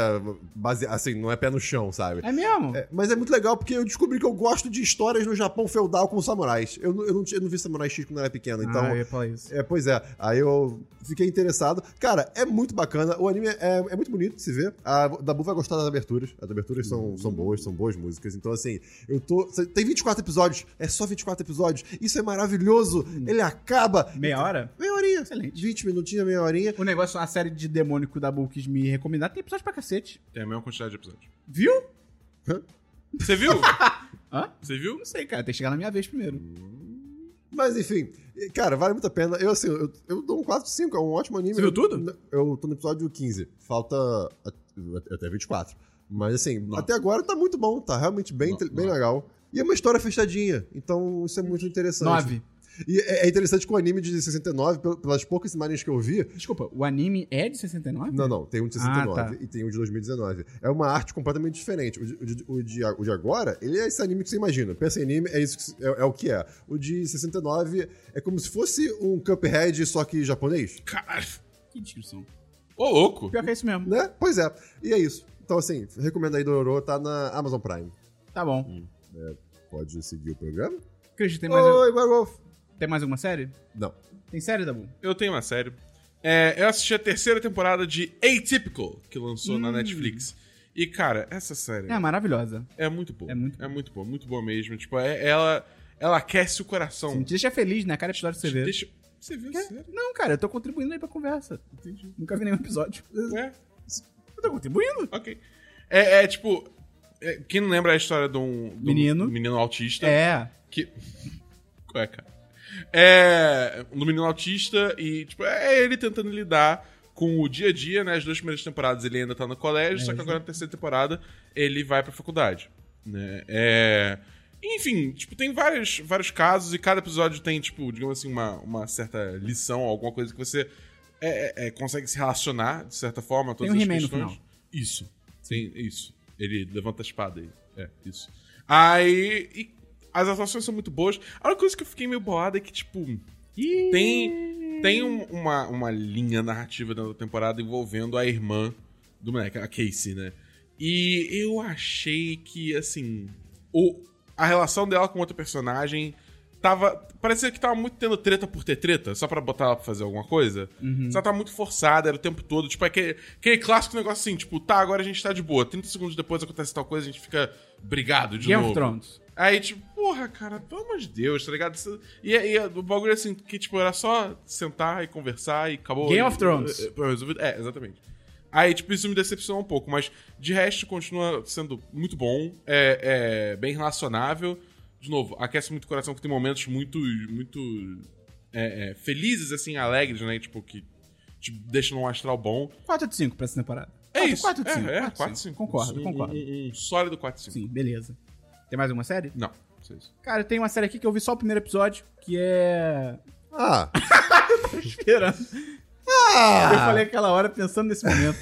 Base, assim, não é pé no chão, sabe? É mesmo? É, mas é muito legal porque eu descobri que eu gosto de histórias no Japão feudal com samurais. Eu, não- eu, não, tinha- eu não vi samurai X quando eu era pequeno, então. Ah, eu ia falar isso. É, pois é, aí eu fiquei interessado. Cara, é muito bacana, o anime é, é muito bonito de se ver. A Dabu vai gostar das aberturas. As aberturas são, Uhum. são boas, são boas músicas. Então, assim, eu tô. Tem 24 episódios, é só 24 episódios. Isso é maravilhoso, ele acaba. Uhum. Meia hora? é, Meia horinha. Excelente. 20 minutinhos, meia horinha. O negócio, a série de demônico da Bull quis me recomendar, tem episódio pra cacete. tem a mesma quantidade de episódios. Viu? Você <laughs> viu? Hã? Você viu? Não sei, cara. Tem que chegar na minha vez primeiro. Mas enfim, cara, vale muito a pena. Eu, assim, eu, eu dou um 4 de 5, é um ótimo anime. Você viu Eu- tudo? Eu tô no episódio 15. Falta at- até 24. Mas assim, até agora tá muito bom, tá realmente bem, Não, inte- bem não. legal. E é uma história fechadinha, então isso é muito interessante. 9. E é é interessante que o anime de 69, pel- pelas poucas imagens que eu vi. Desculpa, o anime é de 69? Não, não, tem um de 69 Ah, tá. e tem um de 2019. É uma arte completamente diferente. O de, o de- o de a- o de agora, ele é esse anime que você imagina. Pensa em anime, é, isso que se- é, é o que é. O de 69 é como se fosse um Cuphead, só que japonês. Caralho. Que descrição. Ô, louco. Pior que é isso mesmo. Né? Pois é. E é isso. Então, assim, recomendo aí Dororo, tá na Amazon Prime. Tá bom. Pode seguir o programa? Christian, tem mais, Oi, Werewolf! tem mais alguma série? Não. Tem série, Dabu? Eu tenho uma série. É, eu assisti a terceira temporada de Atypical, que lançou Hum. na Netflix. E, cara, essa série É maravilhosa. é, muito boa. é muito É muito boa, muito boa mesmo. Tipo, é- ela, ela aquece o coração. Te deixa feliz, né? Cada episódio que você vê. Deixa... Você É. viu a série? Não, cara, eu tô contribuindo aí pra conversa. Entendi. Nunca vi nenhum episódio. É, Eu tô contribuindo. ok. É, é, tipo... é, quem não lembra a história de um... de um Menino. menino autista. É. Que. Qual é, cara? É. Um menino autista e, tipo, é ele tentando lidar com o dia a dia, né? As duas primeiras temporadas ele ainda tá no colégio, só que agora na terceira temporada ele vai pra faculdade, né? É. Enfim, tipo, tem vários, vários casos e cada episódio tem, tipo, digamos assim, uma, uma certa lição, alguma coisa que você é, é, é, consegue se relacionar, de certa forma, a todas Tem um as He-Man no questões. final. Isso. Sim, isso. Ele levanta a espada aí. É, isso. Aí. e as atuações são muito boas. A única coisa que eu fiquei meio bolado é que, tipo, Ih, tem, tem um- uma, uma linha narrativa dentro da temporada envolvendo a irmã do moleque, a Casey, né? E eu achei que, assim, o, a relação dela com outra personagem tava. Parecia que tava muito tendo treta por ter treta, só pra botar ela pra fazer alguma coisa. Uhum. Só tava muito forçada, era o tempo todo. Tipo, aquele, aquele clássico negócio assim, tipo, tá, agora a gente tá de boa. 30 segundos depois acontece tal coisa, a gente fica brigado de Game novo. of Thrones. Aí, tipo, porra, cara, pelo amor de Deus, tá ligado? Isso- E, e o bagulho é assim, que, tipo, era só sentar e conversar e acabou. Game E- of Thrones. É, é, resolvido. É, exatamente. Aí, tipo, isso me decepcionou um pouco, mas de resto continua sendo muito bom, é, é bem relacionável. De novo, aquece muito o coração, que tem momentos muito, muito é, é, felizes, assim, alegres, né? Tipo, que te deixa num astral bom. 4 de 5 pra essa temporada. É isso. 4 de 5. É, é 4 de 5. Concordo, concordo. Um, um sólido 4 de 5. Sim, beleza. Tem mais uma série? Não, não sei isso. Cara, tem uma série aqui que eu vi só o primeiro episódio, que é. <laughs> Ah! Esperando. <laughs> Eu ah! falei aquela hora pensando nesse momento.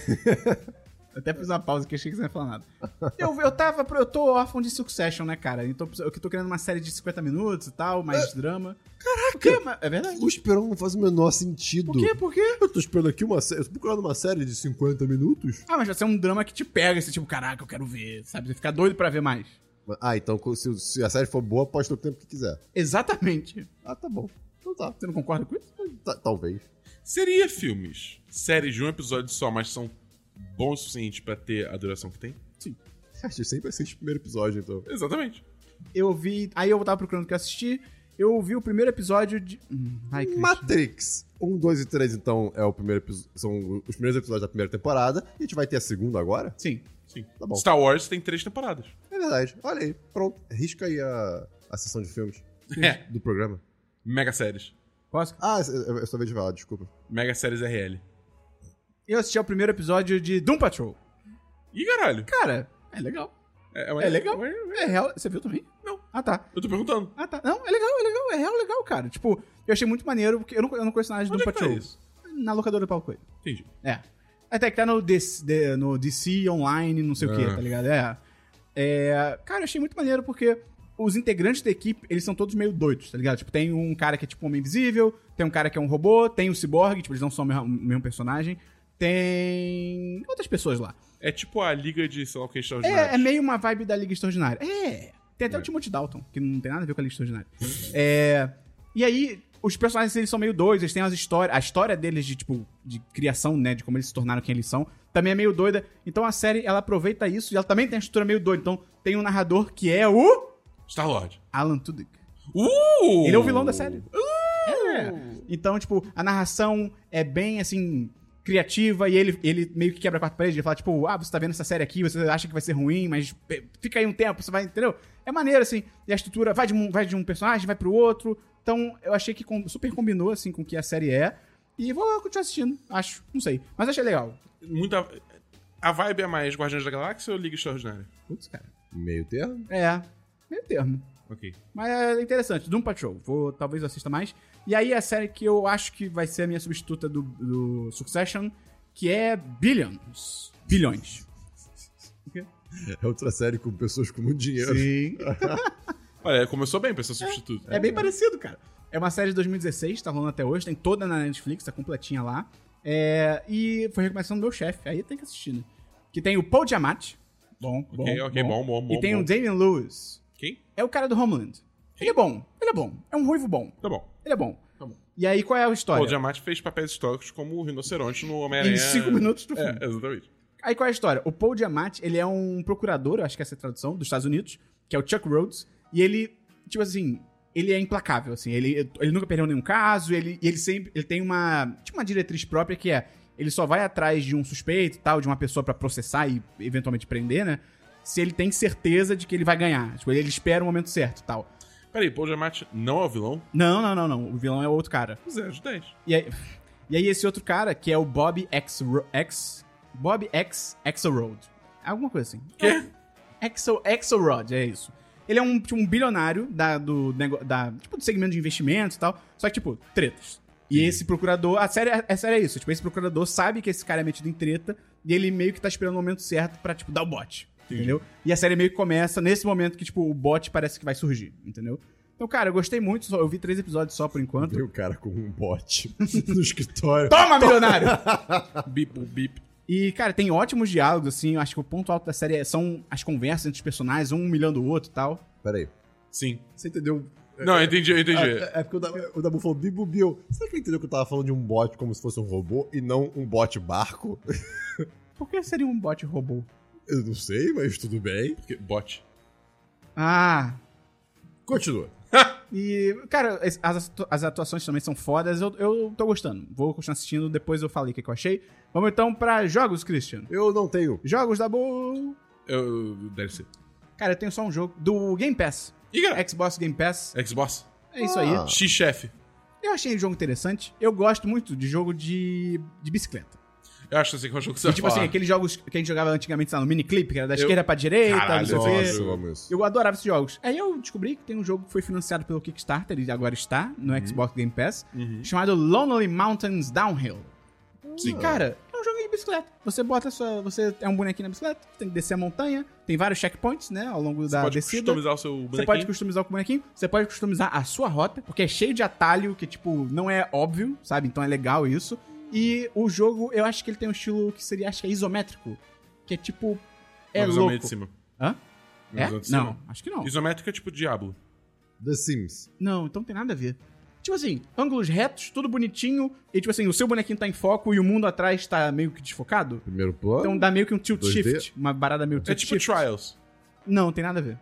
Eu Até fiz uma pausa que eu achei que você não ia falar nada. Eu, eu tava. pro- Eu tô órfão de Succession, né, cara? Então eu tô querendo uma série de 50 minutos e tal, mais drama. Ah, Caraca! É verdade. O Esperão não faz o menor sentido. Por quê? Por quê? Eu tô esperando aqui uma série. Eu tô procurando uma série de 50 minutos. Ah, mas vai ser um drama que te pega, esse tipo, caraca, eu quero ver, sabe? Você fica doido pra ver mais. Ah, então se, se a série for boa, pode ter o tempo que quiser. Exatamente. Ah, tá bom. Então tá. Você não concorda com isso? Ta- Tá, talvez. <laughs> Seria filmes, séries de um episódio só, mas são bons o suficiente pra ter a duração que tem? Acho que sempre assiste o primeiro episódio, então. Exatamente. Eu vi. Aí eu tava procurando o que assistir. Eu vi o primeiro episódio de. Hum, Ai, Christian. Matrix 1, 2 e 3, então, é o primeiro episo- são os primeiros episódios da primeira temporada. E a gente vai ter a segunda agora? Sim. Sim. Tá bom. Star Wars tem três temporadas. É verdade. Olha aí. Pronto. Risca aí a, a sessão de filmes É. do programa. Mega séries. Posso? Ah, eu eu só vejo falar, desculpa. Mega séries RL. Eu assisti ao primeiro episódio de Doom Patrol. Ih, caralho. Cara, é legal. É, uma- É legal. uma- uma- É real. Você viu também? Não. Ah, tá. Eu tô perguntando. Ah, tá. Não, é legal, é legal. É real legal, cara. Tipo, eu achei muito maneiro, porque eu não, eu não conheço nada de Onde Doom é que tá Patrol. isso? Na locadora do Paulo Coelho. Entendi. É. Até que tá no DC, de- no DC Online, não sei o Ah. que, tá ligado? É. É, Cara, eu achei muito maneiro porque os integrantes da equipe, eles são todos meio doidos, tá ligado? Tipo, tem um cara que é tipo um homem invisível, tem um cara que é um robô, tem um ciborgue, tipo, eles não são o mesmo, o mesmo personagem. Tem outras pessoas lá. É tipo a liga de, sei lá o que, É, extraordinário. é meio uma vibe da Liga Extraordinária. É. Tem até o Timothy Dalton, que não tem nada a ver com a Liga Extraordinária. É, e aí, os personagens eles são meio doidos, eles têm as histórias. A história deles de, tipo, de criação, né? De como eles se tornaram quem eles são, também é meio doida. Então a série ela aproveita isso e ela também tem uma estrutura meio doida. Então tem um narrador que é o Star-Lord. Alan Tudyk. Uh! Ele é o vilão da série. É. Então, tipo, a narração é bem, assim, criativa e ele, ele meio que quebra a quarta parede. Ele fala, tipo, ah, você tá vendo essa série aqui, você acha que vai ser ruim, mas pe- fica aí um tempo, você vai, entendeu? É maneiro, assim. E a estrutura vai de um, vai de um personagem, vai pro outro. Então, eu achei que com- super combinou, assim, com o que a série é. E vou continuar assistindo, acho. Não sei. Mas achei legal. Muita... A vibe é mais Guardiões da Galáxia ou Liga Extraordinária? Putz, cara. Meio termo? É, meio termo. Ok. Mas é interessante, Doom Patrol. Vou, talvez eu assista mais. E aí a série que eu acho que vai ser a minha substituta do, do Succession, que é Billions. Bilhões. É outra série com pessoas com muito dinheiro. Sim. Olha, começou bem pra ser um substituto. É bem parecido, cara. É uma série de 2016, tá rolando até hoje, tem toda na Netflix, tá completinha lá. É, e foi recomendação do meu chefe, aí tem que assistir, né? Que tem o Paul Giamatti. Bom, bom, Ok, ok, bom, bom, bom. E tem bom. o Damian Lewis. Quem? É o cara do Homeland. Ele é bom, ele é bom. É um ruivo bom, Tá bom. ele é bom. Tá bom. E aí qual é a Pô, o história? Diamante fez papéis históricos como o rinoceronte no Homem-Aranha. Em cinco minutos do filme. É, exatamente. Aí qual é a história? O Paul Diamatti, ele é um procurador, eu acho que essa é a tradução, dos Estados Unidos, que é o Chuck Rhodes, e ele, tipo assim, ele é implacável, assim, ele, ele nunca perdeu nenhum caso, ele, e ele sempre, ele tem uma, tipo uma diretriz própria que é, ele só vai atrás de um suspeito e tal, de uma pessoa pra processar e eventualmente prender, né, se ele tem certeza de que ele vai ganhar, tipo, ele, ele espera o momento certo e tal. Peraí, Paul Diamante não é o vilão? Não, não, não, não, o vilão é outro cara. Zero de 10. E aí, e aí esse outro cara, que é o Bob X... X Bob X Axelrod. Alguma coisa assim. Quê? Axel, Axelrod, é isso. Ele é um, tipo, um bilionário da, do, nego- da, tipo, do segmento de investimentos e tal. Só que, tipo, tretas. E esse procurador... A série, a série é isso. Tipo, esse procurador sabe que esse cara é metido em treta. E ele meio que tá esperando o momento certo pra, tipo, dar o bote. Entendeu? E a série meio que começa nesse momento que, tipo, o bote parece que vai surgir. Entendeu? Então, cara, eu gostei muito. só- Eu vi três episódios só por enquanto. <laughs> Tem o cara com um bote <laughs> no escritório. Toma, milionário! <laughs> Bip, bip. E, cara, tem ótimos diálogos, assim. Eu acho que o ponto alto da série é- são as conversas entre os personagens, um humilhando o outro e tal. Pera aí. Sim. Você entendeu? Não, eu entendi, eu Ah, entendi. É, é porque o Dabu, o Dabu falou bibu biu. Será que ele entendeu que eu tava falando de um bote como se fosse um robô e não um bote barco? <laughs> Por que seria um bot robô? Eu não sei, mas tudo bem. é. Porque, bot. Ah. Continua. E, cara, as- as, atu- as atuações também são fodas. Eu, eu tô gostando. Vou continuar assistindo, depois eu falei o que, que eu achei. Vamos então pra jogos, Christian. Eu não tenho. Jogos da boa. Eu, deve ser. Cara, eu tenho só um jogo do Game Pass. Ih, cara. Xbox Game Pass. Xbox. É isso aí. Ah. X-chefe. Eu achei o jogo interessante. Eu gosto muito de jogo de, de bicicleta. Eu acho assim que é um jogo que E, você tipo assim, fala. aqueles jogos que a gente jogava antigamente, sabe, no miniclip, que era da Eu- esquerda pra direita, Caralho, não sei o quê. nossa. eu amo isso. Eu adorava esses jogos. Aí eu descobri que tem um jogo que foi financiado pelo Kickstarter e agora está no Xbox Game Pass, Uhum. chamado Lonely Mountains Downhill. Sim. E, cara, é um jogo de bicicleta. Você bota a sua. Você é um bonequinho na bicicleta, tem que descer a montanha, tem vários checkpoints, né? Ao longo Você da pode descida. customizar o seu Você bonequinho. pode customizar o bonequinho, você pode customizar a sua rota, porque é cheio de atalho que, tipo, não é óbvio, sabe? Então é legal isso. E o jogo, eu acho que ele tem um estilo que seria, acho que é isométrico. Que é tipo. É Uma visão meio louco. de cima. Hã? Uma É? visão de cima. Não, acho que não. Isométrica é tipo Diablo. The Sims. Não, então tem nada a ver. Tipo assim, ângulos retos, tudo bonitinho, e tipo assim, o seu bonequinho tá em foco e o mundo atrás tá meio que desfocado. Primeiro plano. Então dá meio que um tilt 2D? shift, uma barada meio É tilt tipo shift. Trials. Não, tem nada a ver.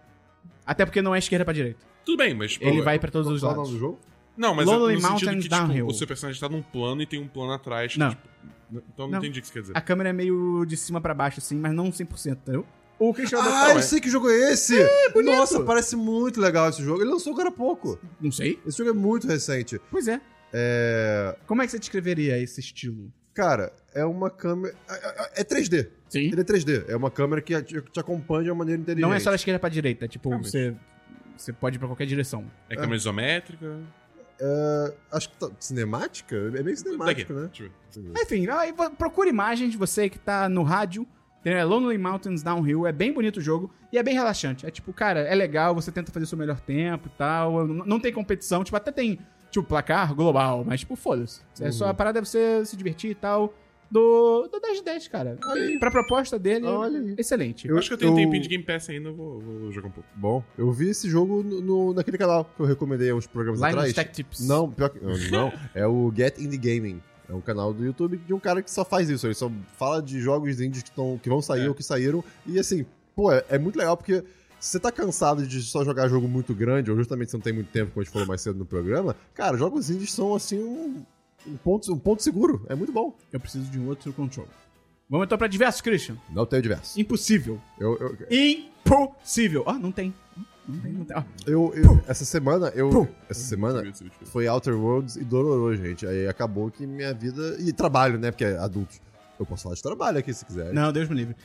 Até porque não é esquerda pra direita. Tudo bem, mas... tipo, Ele vai pra todos os Qual é o nome lados. do jogo? Não, mas é Lonely no sentido Mountains que, Downhill. tipo, o seu personagem tá num plano e tem um plano atrás. que, Não. tipo, n- então não, Não. entendi o que você quer dizer. A câmera é meio de cima pra baixo, assim, mas não 100%, entendeu? O Cristiano Ah, eu Ronaldo- sei que jogo é esse! Nossa, parece muito legal esse jogo. Ele lançou agora há pouco. Não sei. Esse jogo é muito recente. Pois é. É. Como é que você descreveria esse estilo? Cara, é uma câmera. É é 3D. Sim. Ele é 3D. É uma câmera que te te acompanha de uma maneira inteligente. Não é só da esquerda pra direita, é tipo, Realmente. você, você pode ir pra qualquer direção. É câmera isométrica... É, acho que tá- cinemática? É Tá meio cinemático, né? Deixa eu ver. Enfim, aí vo- procura imagens, você que tá no rádio. entendeu? É Lonely Mountains Downhill, é bem bonito o jogo e é bem relaxante. É tipo, cara, é legal, você tenta fazer o seu melhor tempo e tal. n- Não tem competição, tipo, até tem, tipo, placar global, mas, tipo, foda-se. É Uhum. só a parada é você se divertir e tal. Do, do 10 de 10, cara. Pra proposta dele, Olha aí. excelente. Eu acho que eu tenho Eu- um tempinho de Game Pass ainda, eu vou, vou jogar um pouco. Bom, eu vi esse jogo no, no- naquele canal que eu recomendei há uns programas Lá nos atrás. Tech Tips. Não, pior que. Não, é o Get Indie Gaming. É um canal do YouTube de um cara que só faz isso. Ele só fala de jogos indies que, tão, que vão sair É. ou que saíram. E assim, pô, é, é muito legal porque se você tá cansado de só jogar jogo muito grande, ou justamente você não tem muito tempo, como a gente falou mais cedo no programa, cara, jogos indies são assim um, um ponto, um ponto seguro. É muito bom. Eu preciso de um outro control. Vamos então pra diversos, Christian. Não tenho diverso. Impossível. Eu, eu, Impossível. Ó, não tem. Hum, Não tem, não tem. Ó, eu- eu- essa semana, eu. Pum. Essa semana, Deixa eu ver se eu te- foi Outer Worlds e Dororô, gente. Aí acabou que minha vida. E trabalho, né? Porque é adulto. Eu posso falar de trabalho aqui se quiser. Não, Deus me livre.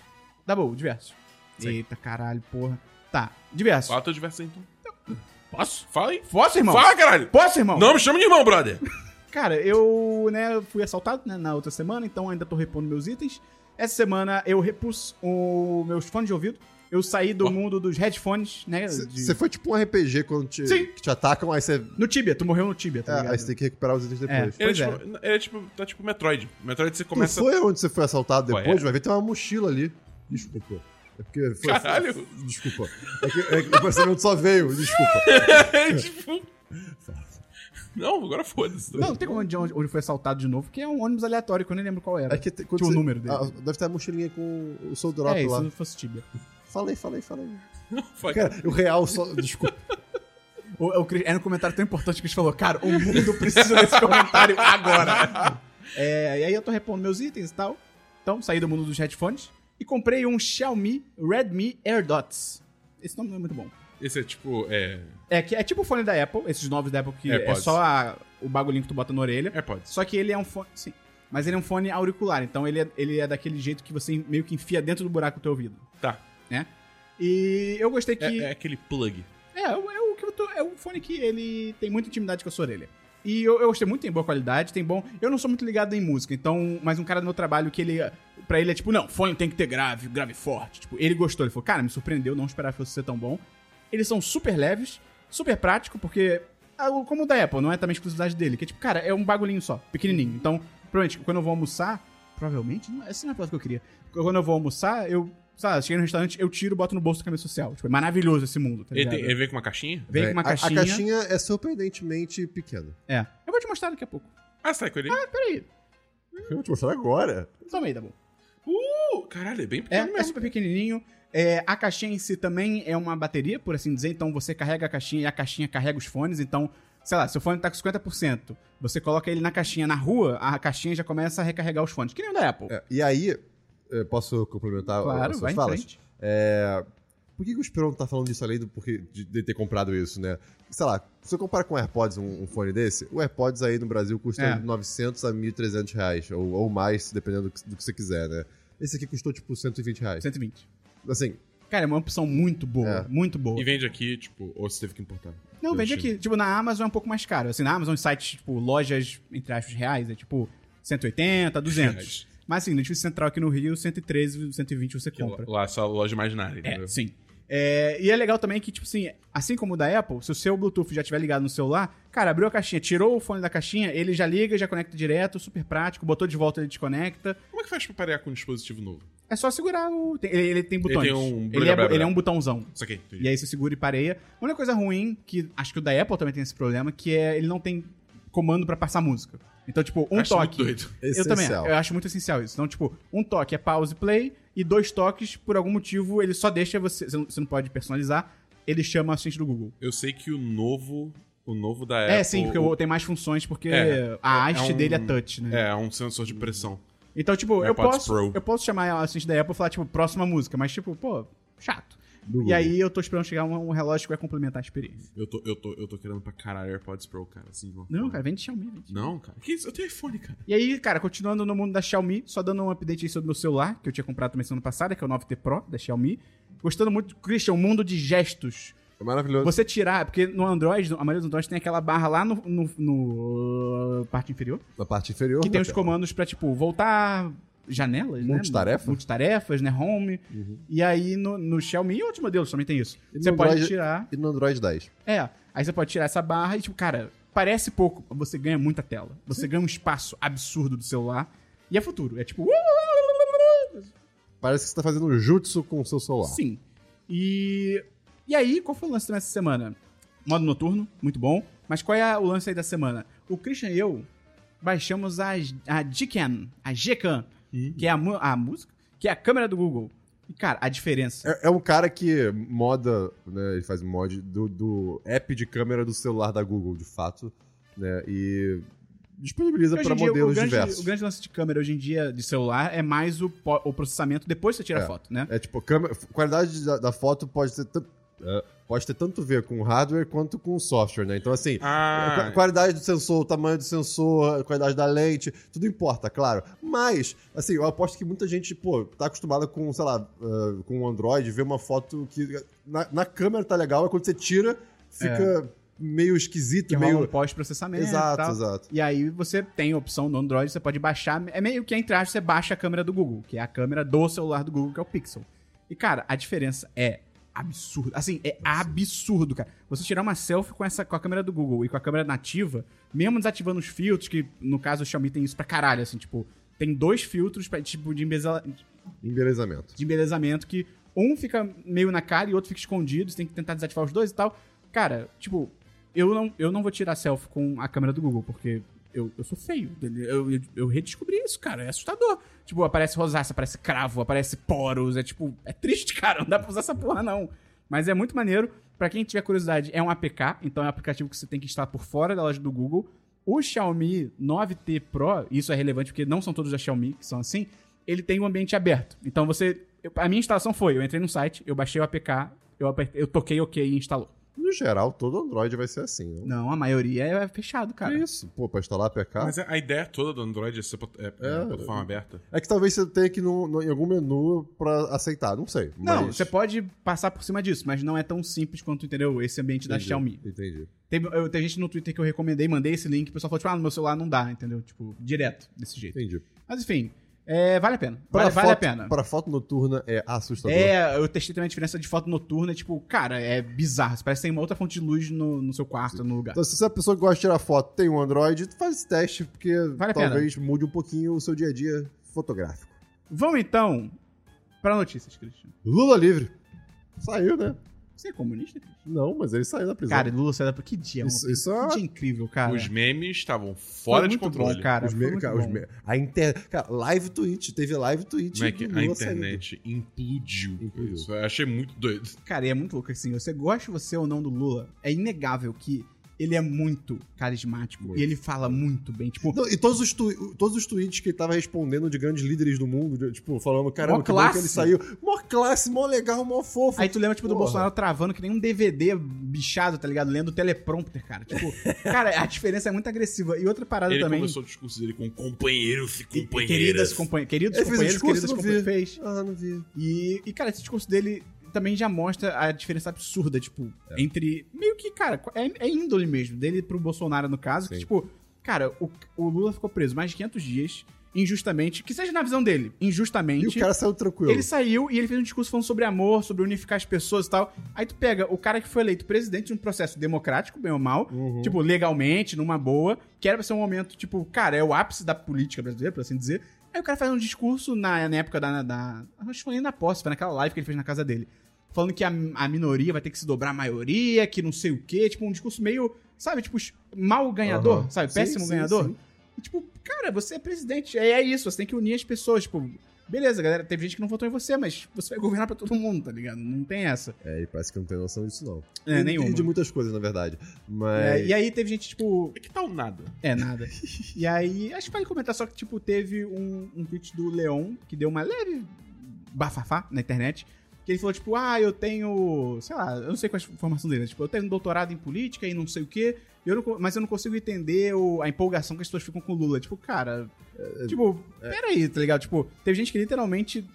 Tá bom, diverso. Sim. Eita, caralho, porra. Tá, diverso. Fala a tua diversão, então. Posso? Fala aí. Posso, irmão? Fala, caralho! Posso, irmão? Não me chama de irmão, brother! Cara, eu, né, fui assaltado né, na outra semana, então ainda tô repondo meus itens. Essa semana eu repus os meus fones de ouvido. Eu saí do Ó. mundo dos headphones, né? de- Você foi tipo um RPG quando te, Sim. que te atacam, aí você. No Tibia, tu morreu no Tibia, tá É, ligado? aí você tem que recuperar os itens depois. É. Ele é, Pois tipo, ele é tipo- Tá tipo Metroid. Metroid você Tu começa. foi onde você foi assaltado Ué, depois? é. Vai ver, tem uma mochila ali. Desculpa. É porque foi. <laughs> Caralho. Desculpa. É que, é que o pensamento só veio, desculpa. É, tipo- Não, agora foda-se. <laughs> Não, não tem como onde, onde foi assaltado de novo, porque é um ônibus aleatório, que eu nem lembro qual era. É que tem- quando Tinha o número dele. Ah, deve ter a mochilinha com o seu drop é, isso, lá. se fosse Tibia. Falei, falei, falei. Fuck. Cara, o real só. Desculpa. O, o Cris- era um comentário tão importante que a gente falou, cara, o mundo precisa desse comentário agora. É, e aí eu tô repondo meus itens e tal. Então, saí do mundo dos headphones e comprei um Xiaomi Redmi AirDots. Esse nome não é muito bom. Esse é tipo. É. É, que é tipo o fone da Apple, esses novos da Apple que é AirPods. só a- o bagulhinho que tu bota na orelha. AirPods. Só que ele é um fone. Sim. Mas ele é um fone auricular, então ele é, ele é daquele jeito que você meio que enfia dentro do buraco do teu ouvido, Tá. né? E eu gostei que. É, é aquele plug. É, é o é o que eu tô, é o fone que ele tem muita intimidade com a sua orelha. E eu, eu gostei muito, tem boa qualidade, tem bom. Eu não sou muito ligado em música, então. Mas um cara do meu trabalho que ele. Pra ele é tipo, não, fone tem que ter grave, grave forte. Tipo, ele gostou, ele falou, cara, me surpreendeu, não esperava que fosse ser tão bom. Eles são super leves, super prático, porque. ah, o- Como o da Apple, não é também exclusividade dele, que é tipo, cara, é um bagulhinho só, pequenininho. Então, provavelmente, quando eu vou almoçar. Provavelmente, não, essa não é a palavra que eu queria. Quando eu vou almoçar, eu. Sabe, cheguei no restaurante, eu tiro, boto no bolso da camisa social. Tipo, é maravilhoso esse mundo, tá Ele, ligado? tem- ele vem com uma caixinha? Vem com uma A- caixinha. A, caixinha é surpreendentemente pequena. É. Eu vou te mostrar daqui a pouco. Ah, sai com ele. Ah, peraí. Eu vou te mostrar agora. Toma aí, tá bom. Uh, caralho, é bem É, pequeno é mesmo. super pequenininho. É, a caixinha em si também é uma bateria, por assim dizer. Então você carrega a caixinha e a caixinha carrega os fones. Então, sei lá, seu fone tá com 50%. Você coloca ele na caixinha na rua, a caixinha já começa a recarregar os fones. Que nem o da Apple. É, e aí, eh, posso complementar claro, as vai suas em falas? frente. É, Por que, que o Esperon tá falando disso além do porquê de, de ter comprado isso, né? Sei lá, se você comparar com o AirPods, um, um fone desse, o AirPods aí no Brasil custa É. de 900 a 1.300 reais, ou, ou mais, dependendo do que, do que você quiser, né? Esse aqui custou, tipo, 120 reais. 120. Assim, Cara, é uma opção muito boa, É. muito boa. E vende aqui, tipo, ou você teve que importar? Não, Eu vende achei. aqui. Tipo, na Amazon é um pouco mais caro. Assim, na Amazon, os sites, tipo, lojas, entre aspas, reais, é tipo 180, 200. Reais. Mas assim, no Edifício Central aqui no Rio, 113, 120 você Que lá- compra. Lá é só loja imaginária, entendeu? É, sim. É, e é legal também que, tipo assim, assim como o da Apple, se o seu Bluetooth já estiver ligado no celular, cara, abriu a caixinha, tirou o fone da caixinha, ele já liga, já conecta direto, super prático, botou de volta, ele desconecta. Como é que faz pra parear com um dispositivo novo? É só segurar o. tem- ele, ele tem botões. tem um- ele, é, ele é um botãozão. Isso aqui. entendi. E aí você segura e pareia. A única coisa ruim, que acho que o da Apple também tem esse problema, que é ele não tem comando pra passar música. Então, tipo, um Acho toque. muito doido. essencial. Eu também, eu acho É, muito essencial isso. Então, tipo, um toque é pause e play, e dois toques, por algum motivo, ele só deixa você. Você não- você não pode personalizar, ele chama a assistente do Google. Eu sei que o novo. O novo da Apple. É, sim, porque o- tem mais funções, porque É, a é- é haste um- dele é touch, né? É, é um sensor de pressão. Então, tipo, eu AirPods posso, Pro. eu posso chamar a assistente da Apple e falar, tipo, próxima música, mas, tipo, pô, chato. Do Uhum. E aí eu tô esperando chegar um, um relógio que vai complementar a experiência. Eu tô, eu, tô, eu tô querendo pra caralho AirPods Pro, cara. Assim, de uma Não, forma. cara, vende Xiaomi, vende. Não, cara. Que isso? Eu tenho iPhone, cara. E aí, cara, continuando no mundo da Xiaomi, só dando um update aí sobre o meu celular, que eu tinha comprado também semana passada, que é o 9T Pro da Xiaomi. Gostando muito, Christian, o mundo de gestos. É maravilhoso. Você tirar, porque no Android, a maioria dos Androids tem aquela barra lá no, no- no- parte inferior, Na parte inferior. tá que tem da os tela. comandos pra, tipo, voltar janelas, né? Multitarefa? Multitarefas, né? Home. E aí no, no Xiaomi e outros modelos também tem isso. E no Você pode Android- tirar. E no Android 10. É, aí você pode tirar essa barra e, tipo, cara, parece pouco, mas você ganha muita tela. Você ganha um espaço absurdo do celular. E é futuro. É tipo. uh, Parece que você tá fazendo um jutsu com o seu celular. Sim. E. E aí, qual foi o lance também essa semana? Modo noturno, muito bom. Mas qual é a- o lance aí da semana? O Christian e eu baixamos a, a GCAM, a GCAM, que é a, mu- a música, que é a câmera do Google. E, cara, a diferença. É, é um cara que moda, né? Ele faz mod do, do app de câmera do celular da Google, de fato. Né, e disponibiliza Hoje para em dia, modelos o grande, diversos. O grande lance de câmera hoje em dia de celular é mais o, po- o processamento depois que você tira a É. foto, né? É tipo, câmera, qualidade da, da foto pode ter, tan- é, pode ter tanto a ver com o hardware quanto com o software, né? Então, assim, Ah. a qua- qualidade do sensor, o tamanho do sensor, a qualidade da lente, tudo importa, claro. Mas, assim, eu aposto que muita gente, pô, tá acostumada com, sei lá, ah, com o Android, ver uma foto que na, na câmera tá legal, é quando você tira, fica meio esquisito, É. Que meio meio... pós-processamento. e Exato, tal. exato. E aí você tem a opção no Android, você pode baixar. É meio que entre aspas, você baixa a câmera do Google, que é a câmera do celular do Google, que é o Pixel. E, cara, a diferença é absurda. Assim, é absurdo, cara. Você tirar uma selfie com, essa, com a câmera do Google e com a câmera nativa, mesmo desativando os filtros, que no caso o Xiaomi tem isso pra caralho, assim, tipo, tem dois filtros pra, tipo, de embezela- Embelezamento. de embelezamento que um fica meio na cara e o outro fica escondido, você tem que tentar desativar os dois e tal. Cara, tipo, eu não, eu não vou tirar selfie com a câmera do Google, porque eu, eu sou feio. Eu, eu, eu redescobri isso, cara. É assustador. Tipo, aparece rosácea, aparece cravo, aparece poros. É tipo, é triste, <laughs> cara. Não dá pra usar essa porra, não. Mas é muito maneiro. Pra quem tiver curiosidade, é um APK, então é um aplicativo que você tem que instalar por fora da loja do Google. O Xiaomi 9T Pro, isso é relevante porque não são todos da Xiaomi que são assim, ele tem um ambiente aberto. Então você. eu- a minha instalação foi: eu entrei no site, eu baixei o APK, eu, apertei, eu toquei OK e instalou. No geral, todo Android vai ser assim, né? Não, a maioria é fechado, cara. Que isso? Pô, pra instalar APK... Mas a ideia toda do Android é ser pot- é- é É. plataforma aberta. É que talvez você tenha que ir num- num- em algum menu pra aceitar, não sei. Não, mas- você pode passar por cima disso, mas não é tão simples quanto, entendeu? Esse ambiente da Entendi, Xiaomi. Entendi. Teve, eu, tem gente no Twitter que eu recomendei, mandei esse link, o pessoal falou, tipo, ah, no meu celular não dá, entendeu? Tipo, direto, desse jeito. Entendi. Mas enfim, é, vale a pena. Pra Vale, vale a foto- pena. Pra foto noturna é assustador. É, eu testei também a diferença de foto noturna, e, tipo, cara, é bizarro. Parece que tem uma outra fonte de luz no, no seu quarto, no lugar. Então, se você é uma pessoa que gosta de tirar foto, tem um Android, faz esse teste, porque Vale a talvez mude um pouquinho o seu dia a dia fotográfico. Vamos então pra notícias, Cristian. Lula livre. Saiu, né? Você é comunista, Cristian? Não, mas ele saiu da prisão. Cara, Lula saiu da. Que dia, Isso- mano. isso que é- dia incrível, cara. Os memes estavam Foi fora de muito controle. Bom, cara. os Foi me- muito cara, bom. os me- a inter... cara, live tweet, teve live tweet Como é que Tipo do a Lula saindo. internet implodiu. com Implodiu. Isso. Eu achei muito doido. Cara, e é muito louco assim. Você gosta você ou não do Lula, é inegável que ele é muito carismático. E ele fala muito bem. Tipo, Não, e todos os, tu- todos os tweets que ele tava respondendo de grandes líderes do mundo, de- tipo, falando, caramba, Mó que bom que classe. ele saiu. Mó classe, mó legal, mó fofo. Aí tu lembra, tipo, do Porra. Bolsonaro travando que nem um DVD bichado, tá ligado? Lendo o teleprompter, cara. <laughs> Tipo, cara, a diferença é muito agressiva. E outra parada Ele também. começou o discurso dele com companheiros e e- e companheiras. Queridas companhe- queridos Ele fez o companheiros, discurso, queridas companheiras. eu não vi. Fez. Ah, não vi. E, e, cara, esse discurso dele também já mostra a diferença absurda, tipo, entre. Meio que, cara, é, é índole mesmo, dele pro Bolsonaro, no caso, que, Sim. tipo, cara, o, o Lula ficou preso mais de 500 dias, injustamente, que seja na visão dele, injustamente. E o cara saiu tranquilo. Ele saiu e ele fez um discurso falando sobre amor, sobre unificar as pessoas e tal. Aí tu pega o cara que foi eleito presidente de um processo democrático, bem ou mal, Uhum. tipo, legalmente, numa boa, que era pra ser um momento, tipo, cara, é o ápice da política brasileira, por assim dizer. Aí o cara faz um discurso na, na época da, da. Acho que foi nem na posse, foi naquela live que ele fez na casa dele. Falando que a, a minoria vai ter que se dobrar à maioria, que não sei o quê. Tipo, um discurso meio, sabe, tipo, mal ganhador, Aham. sabe? Sim, Péssimo sim, ganhador. sim. E, tipo, cara, você é presidente. É, é isso, você tem que unir as pessoas. Tipo, beleza, galera, teve gente que não votou em você, mas você vai governar pra todo mundo, tá ligado? Não tem essa. É, ele parece que não tem noção disso, não. É, E- nenhuma. E de muitas coisas, na verdade. Mas. É, e aí teve gente, tipo. É que tal nada? É, nada. e aí, acho que vale comentar só que, tipo, teve um, um tweet do Leon, que deu uma leve bafafá na internet, que ele falou, tipo, ah, eu tenho, sei lá, eu não sei qual é a formação dele, né? tipo, eu tenho um doutorado em política e não sei o quê, e eu não co- mas eu não consigo entender o- a empolgação que as pessoas ficam com o Lula. Tipo, cara, É, tipo, peraí, tá ligado? Tipo, teve gente que literalmente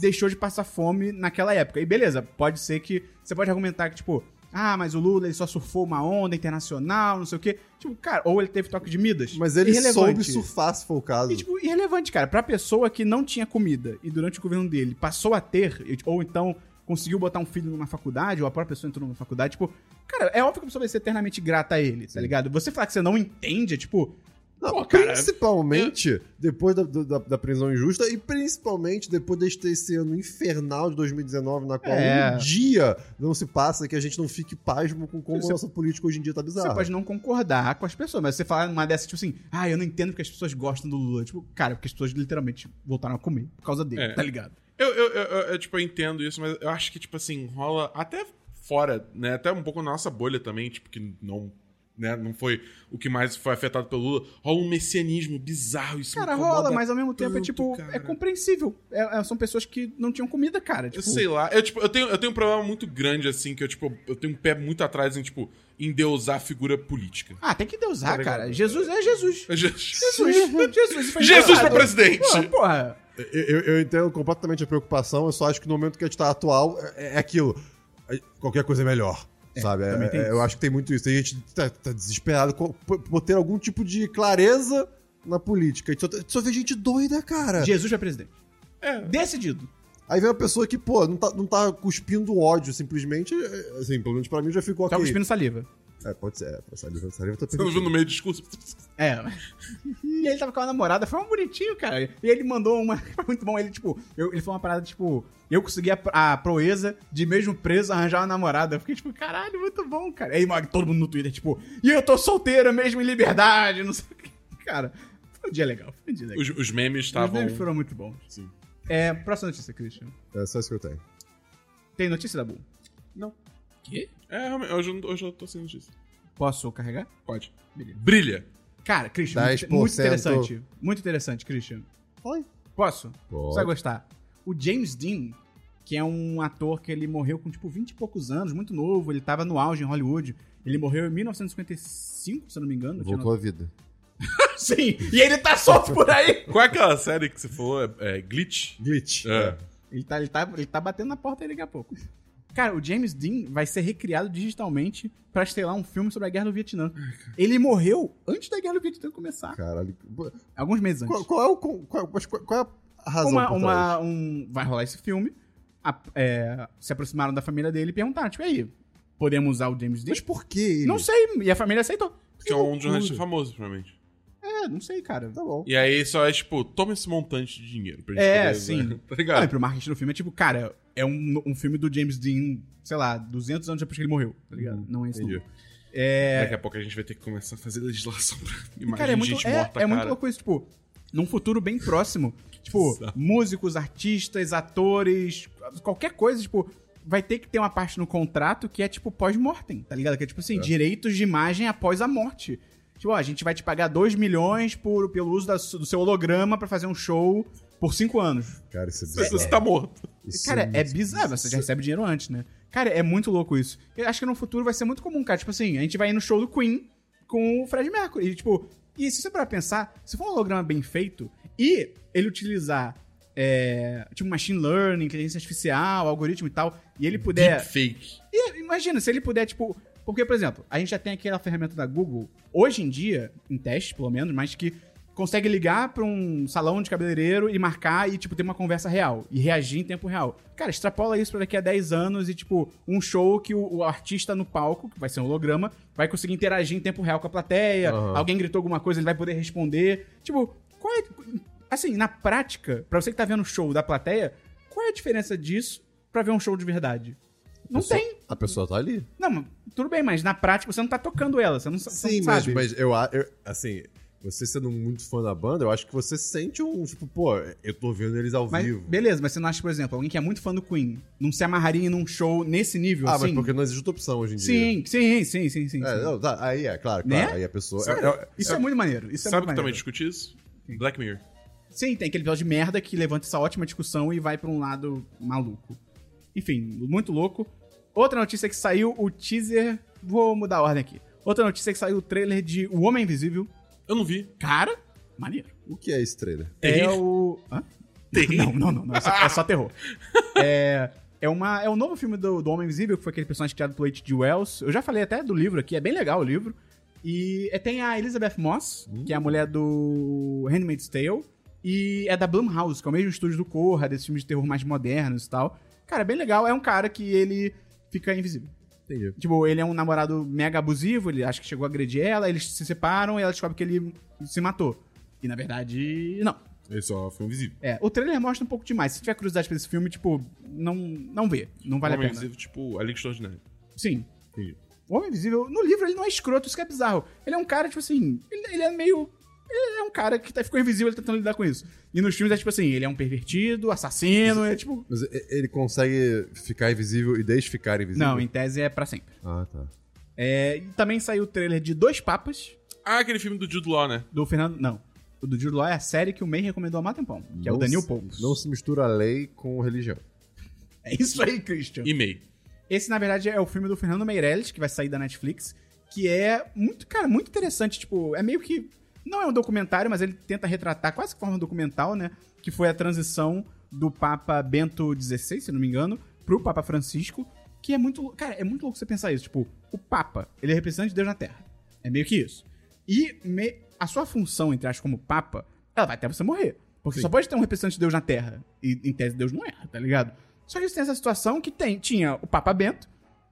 deixou de passar fome naquela época. E beleza, pode ser que, você pode argumentar que, tipo, ah, mas o Lula, ele só surfou uma onda internacional, não sei o quê. Tipo, cara, ou ele teve toque de Midas. Mas ele é Irrelevante. soube surfar, se for o caso. E, tipo, irrelevante, cara. Pra pessoa que não tinha comida e durante o governo dele passou a ter, e, tipo, ou então conseguiu botar um filho numa faculdade, ou a própria pessoa entrou numa faculdade, tipo, cara, é óbvio que a pessoa vai ser eternamente grata a ele, tá ligado? Você falar que você não entende, é tipo. Não, pô, cara, principalmente depois da, do- da, da prisão injusta e principalmente depois deste esse ano infernal de 2019, na qual É. um dia não se passa que a gente não fique pasmo com como Você- a nossa política hoje em dia tá bizarra. Você pode não concordar com as pessoas, mas você falar numa dessas, tipo assim, ah, eu não entendo porque as pessoas gostam do Lula. Tipo, cara, porque as pessoas literalmente voltaram a comer por causa dele, É. tá ligado? Eu, eu, eu, eu- eu, tipo, eu entendo isso, mas eu acho que, tipo assim, rola até fora, né? Até um pouco na nossa bolha também, tipo, que não. Né? Não foi o que mais foi afetado pelo Lula. Rola um messianismo bizarro. Isso me Cara, incomoda rola, mas ao mesmo tempo é tanto, tipo, é cara. compreensível. É- é- são pessoas que não tinham comida, cara. Eu Tipo, sei lá. Eu, tipo, eu, tenho, eu tenho um problema muito grande, assim, que eu, tipo, eu tenho um pé muito atrás em, tipo, endeusar a figura política. <laughs> Ah, tem que Tá deusar, ligado? cara. Jesus é Jesus. Eu já- Jesus. Jesus, foi Jesus engraçado. pra presidente! Porra, porra. Eu, eu- eu entendo completamente a preocupação, eu só acho que no momento que a gente tá atual, é, é aquilo. É- Qualquer coisa é melhor. sabe? É- também tem é- isso. eu acho que tem muito isso. Tem gente que tá, tá desesperado com- por, por ter algum tipo de clareza na política. A gente só, tá, a gente só vê gente doida, <laughs> cara. Jesus pra presidente. É. Decidido. Aí vem uma pessoa que, pô, não tá, não tá cuspindo ódio, simplesmente. é, Assim, pelo menos pra mim já ficou Tá ok. cuspindo saliva. É, pode ser. É, saliva, saliva tá Você não viu permitido. no meio do discurso? É. E ele tava com a namorada, foi um bonitinho, cara. E ele mandou uma. <laughs> foi Muito bom. Ele, tipo, eu- ele foi uma parada, tipo, eu consegui a, a proeza de mesmo preso arranjar uma namorada. Eu fiquei, tipo, caralho, muito bom, cara. E aí, mano, todo mundo no Twitter, tipo, e eu tô solteira mesmo em liberdade, não sei o que. Cara, foi um dia legal, foi um dia legal. Os, os memes Os estavam. memes foram muito bons. Sim. É, próxima notícia, Christian. É só isso que eu tenho. Tem notícia da Bull? Não. Quê? É, realmente, hoje, eu não- hoje eu tô sem notícia. Posso carregar? Pode. Beleza. Brilha. Cara, Christian, muito- muito 10%. interessante. Muito interessante, Christian. Oi? Posso? Pode. Você vai gostar. O James Dean, que é um ator que ele morreu com, tipo, 20 e poucos anos, muito novo, ele tava no auge em Hollywood. Ele morreu em 1955, se eu não me engano. Voltou à vida. Tinha- <laughs> Sim, e ele tá solto por aí. Qual é aquela série que você falou? É, é Glitch? Glitch. É. Ele tá, ele, tá, ele tá batendo na porta aí daqui a pouco. Cara, o James Dean vai ser recriado digitalmente pra estrelar um filme sobre a Guerra do Vietnã. Ele morreu antes da Guerra do Vietnã começar. Caralho. Alguns meses antes. Qual, qual é o. con- Qual, mas qual- qual é a razão? uma, por trás? uma- um, vai rolar esse filme. a- é, se aproximaram da família dele e perguntaram, tipo, e aí, podemos usar o James Dean? Mas por que ele? Não sei, e a família aceitou. Que é um jornalista famoso, provavelmente. É, não sei, cara. Tá bom. E aí só é tipo, toma esse montante de dinheiro pra gente É, poder- sim. Tá Não, e ligado? pro marketing do filme é tipo, cara, é um, um filme do James Dean, sei lá, 200 anos depois que ele morreu, tá ligado? Uhum. Não é isso. Entendi. Daqui a pouco a gente vai ter que começar a fazer legislação pra imagem É. Cara, é de muito, gente é, morta, é muito cara. louco isso, tipo, num futuro bem próximo, tipo, Exato. músicos, artistas, atores, qualquer coisa, tipo, vai ter que ter uma parte no contrato que é tipo pós-mortem, tá ligado? Que é tipo assim, direitos de imagem após a morte. Tipo, ó, a gente vai te pagar 2 milhões por, pelo uso da su- do seu holograma pra fazer um show por 5 anos. Cara, isso é bizarro. Você tá morto. Isso Cara, é muito bizarro. Você já recebe dinheiro antes, né? Cara, é muito louco isso. Eu acho que no futuro vai ser muito comum, cara. Tipo assim, a gente vai ir no show do Queen com o Fred Mercury. E, tipo, e se você parar pra pensar, se for um holograma bem feito e ele utilizar, é, tipo, machine learning, inteligência artificial, algoritmo e tal, e ele puder... Deepfake. E imagina, se ele puder, tipo. Porque, por exemplo, a gente já tem aquela ferramenta da Google, hoje em dia, em teste, pelo menos, mas que consegue ligar pra um salão de cabeleireiro e marcar e, tipo, ter uma conversa real e reagir em tempo real. Cara, extrapola isso pra daqui a 10 anos e, tipo, um show que o, o artista no palco, que vai ser um holograma, vai conseguir interagir em tempo real com a plateia, Aham. alguém gritou alguma coisa, ele vai poder responder. Tipo, qual é. Assim, na prática, pra você que tá vendo o show da plateia, qual é a diferença disso pra ver um show de verdade? Não pessoa- tem. A pessoa tá ali. Não, mas tudo bem, mas na prática você não tá tocando ela, você não, sa- você Sim, não mas, sabe. mas eu, a- eu- Assim, você sendo muito fã da banda, eu acho que você sente um. Tipo, pô, eu tô vendo eles ao Mas, vivo. beleza, mas você não acha, por exemplo, alguém que é muito fã do Queen não se amarraria num show nesse nível Ah, assim? mas porque não existe outra opção hoje em dia. Sim, sim, sim, sim, sim. É, sim. não, tá, aí é, claro, Né? claro. Aí a pessoa. Sério, eu- eu- isso é, muito maneiro. Isso é Sabe o muito que maneiro. também discute isso? Black Mirror. Sim, tem aquele episódio de merda que levanta essa ótima discussão e vai pra um lado maluco. Enfim, muito louco. Outra notícia que saiu, o teaser. Vou mudar a ordem aqui. Outra notícia que saiu o trailer de O Homem Invisível. Eu não vi. Cara, maneiro. o que é esse trailer? É Terrível. o. Hã? Terrível. Não, não, não, não. É só, é só <laughs> terror. É, é, uma, é o novo filme do, do Homem Invisível, que foi aquele personagem criado pelo H.G. Wells. Eu já falei até do livro aqui, é bem legal o livro. E é, tem a Elizabeth Moss, que é Hum. a mulher do Handmaid's Tale. E é da Blumhouse, que é o mesmo estúdio do Corra, desses filmes de terror mais modernos e tal. Cara, é bem legal. É um cara que ele fica invisível. Entendi. Tipo, ele é um namorado mega abusivo, ele acha que chegou a agredir ela, eles se separam e ela descobre que ele se matou. E na verdade, não. Ele só foi invisível. É, o trailer mostra um pouco demais. Se tiver curiosidade pra esse filme, tipo, não, não vê. Não vale a Homem pena. invisível, tipo, a Liga Extraordinária. Sim. Entendi. O Homem Invisível, no livro, ele não é escroto, isso que é bizarro. Ele é um cara, tipo assim, ele, ele é meio. Ele é um cara que tá, ficou invisível, ele tá tentando lidar com isso. E nos filmes é tipo assim, ele é um pervertido, assassino, é tipo. Mas e- ele consegue ficar invisível e deixa ficar invisível? Não, em tese é pra sempre. Ah, tá. É, e também saiu o trailer de Dois Papas, Ah, aquele filme do Jude Law, né? do Fernando. Não. O do Jude Law é a série que o May recomendou há mó tempão, que é o Não Daniel se- Poucos. Não se mistura lei com religião. É isso aí, Christian. E meio. Esse, na verdade, é o filme do Fernando Meirelles, que vai sair da Netflix, que é muito, cara, muito interessante. Tipo, é meio que. Não é um documentário, mas ele tenta retratar quase que forma documental, né? Que foi a transição do Papa Bento XVI, se não me engano, pro Papa Francisco. Que é muito. lou- Cara, é muito louco você pensar isso. Tipo, o Papa, ele é representante de Deus na Terra. É meio que isso. E me- a sua função, entre aspas, como Papa, ela vai até você morrer. Porque só pode ter um representante de Deus na Terra. E, em tese, Deus não é, tá ligado? Só que você tem essa situação que tem, tinha o Papa Bento,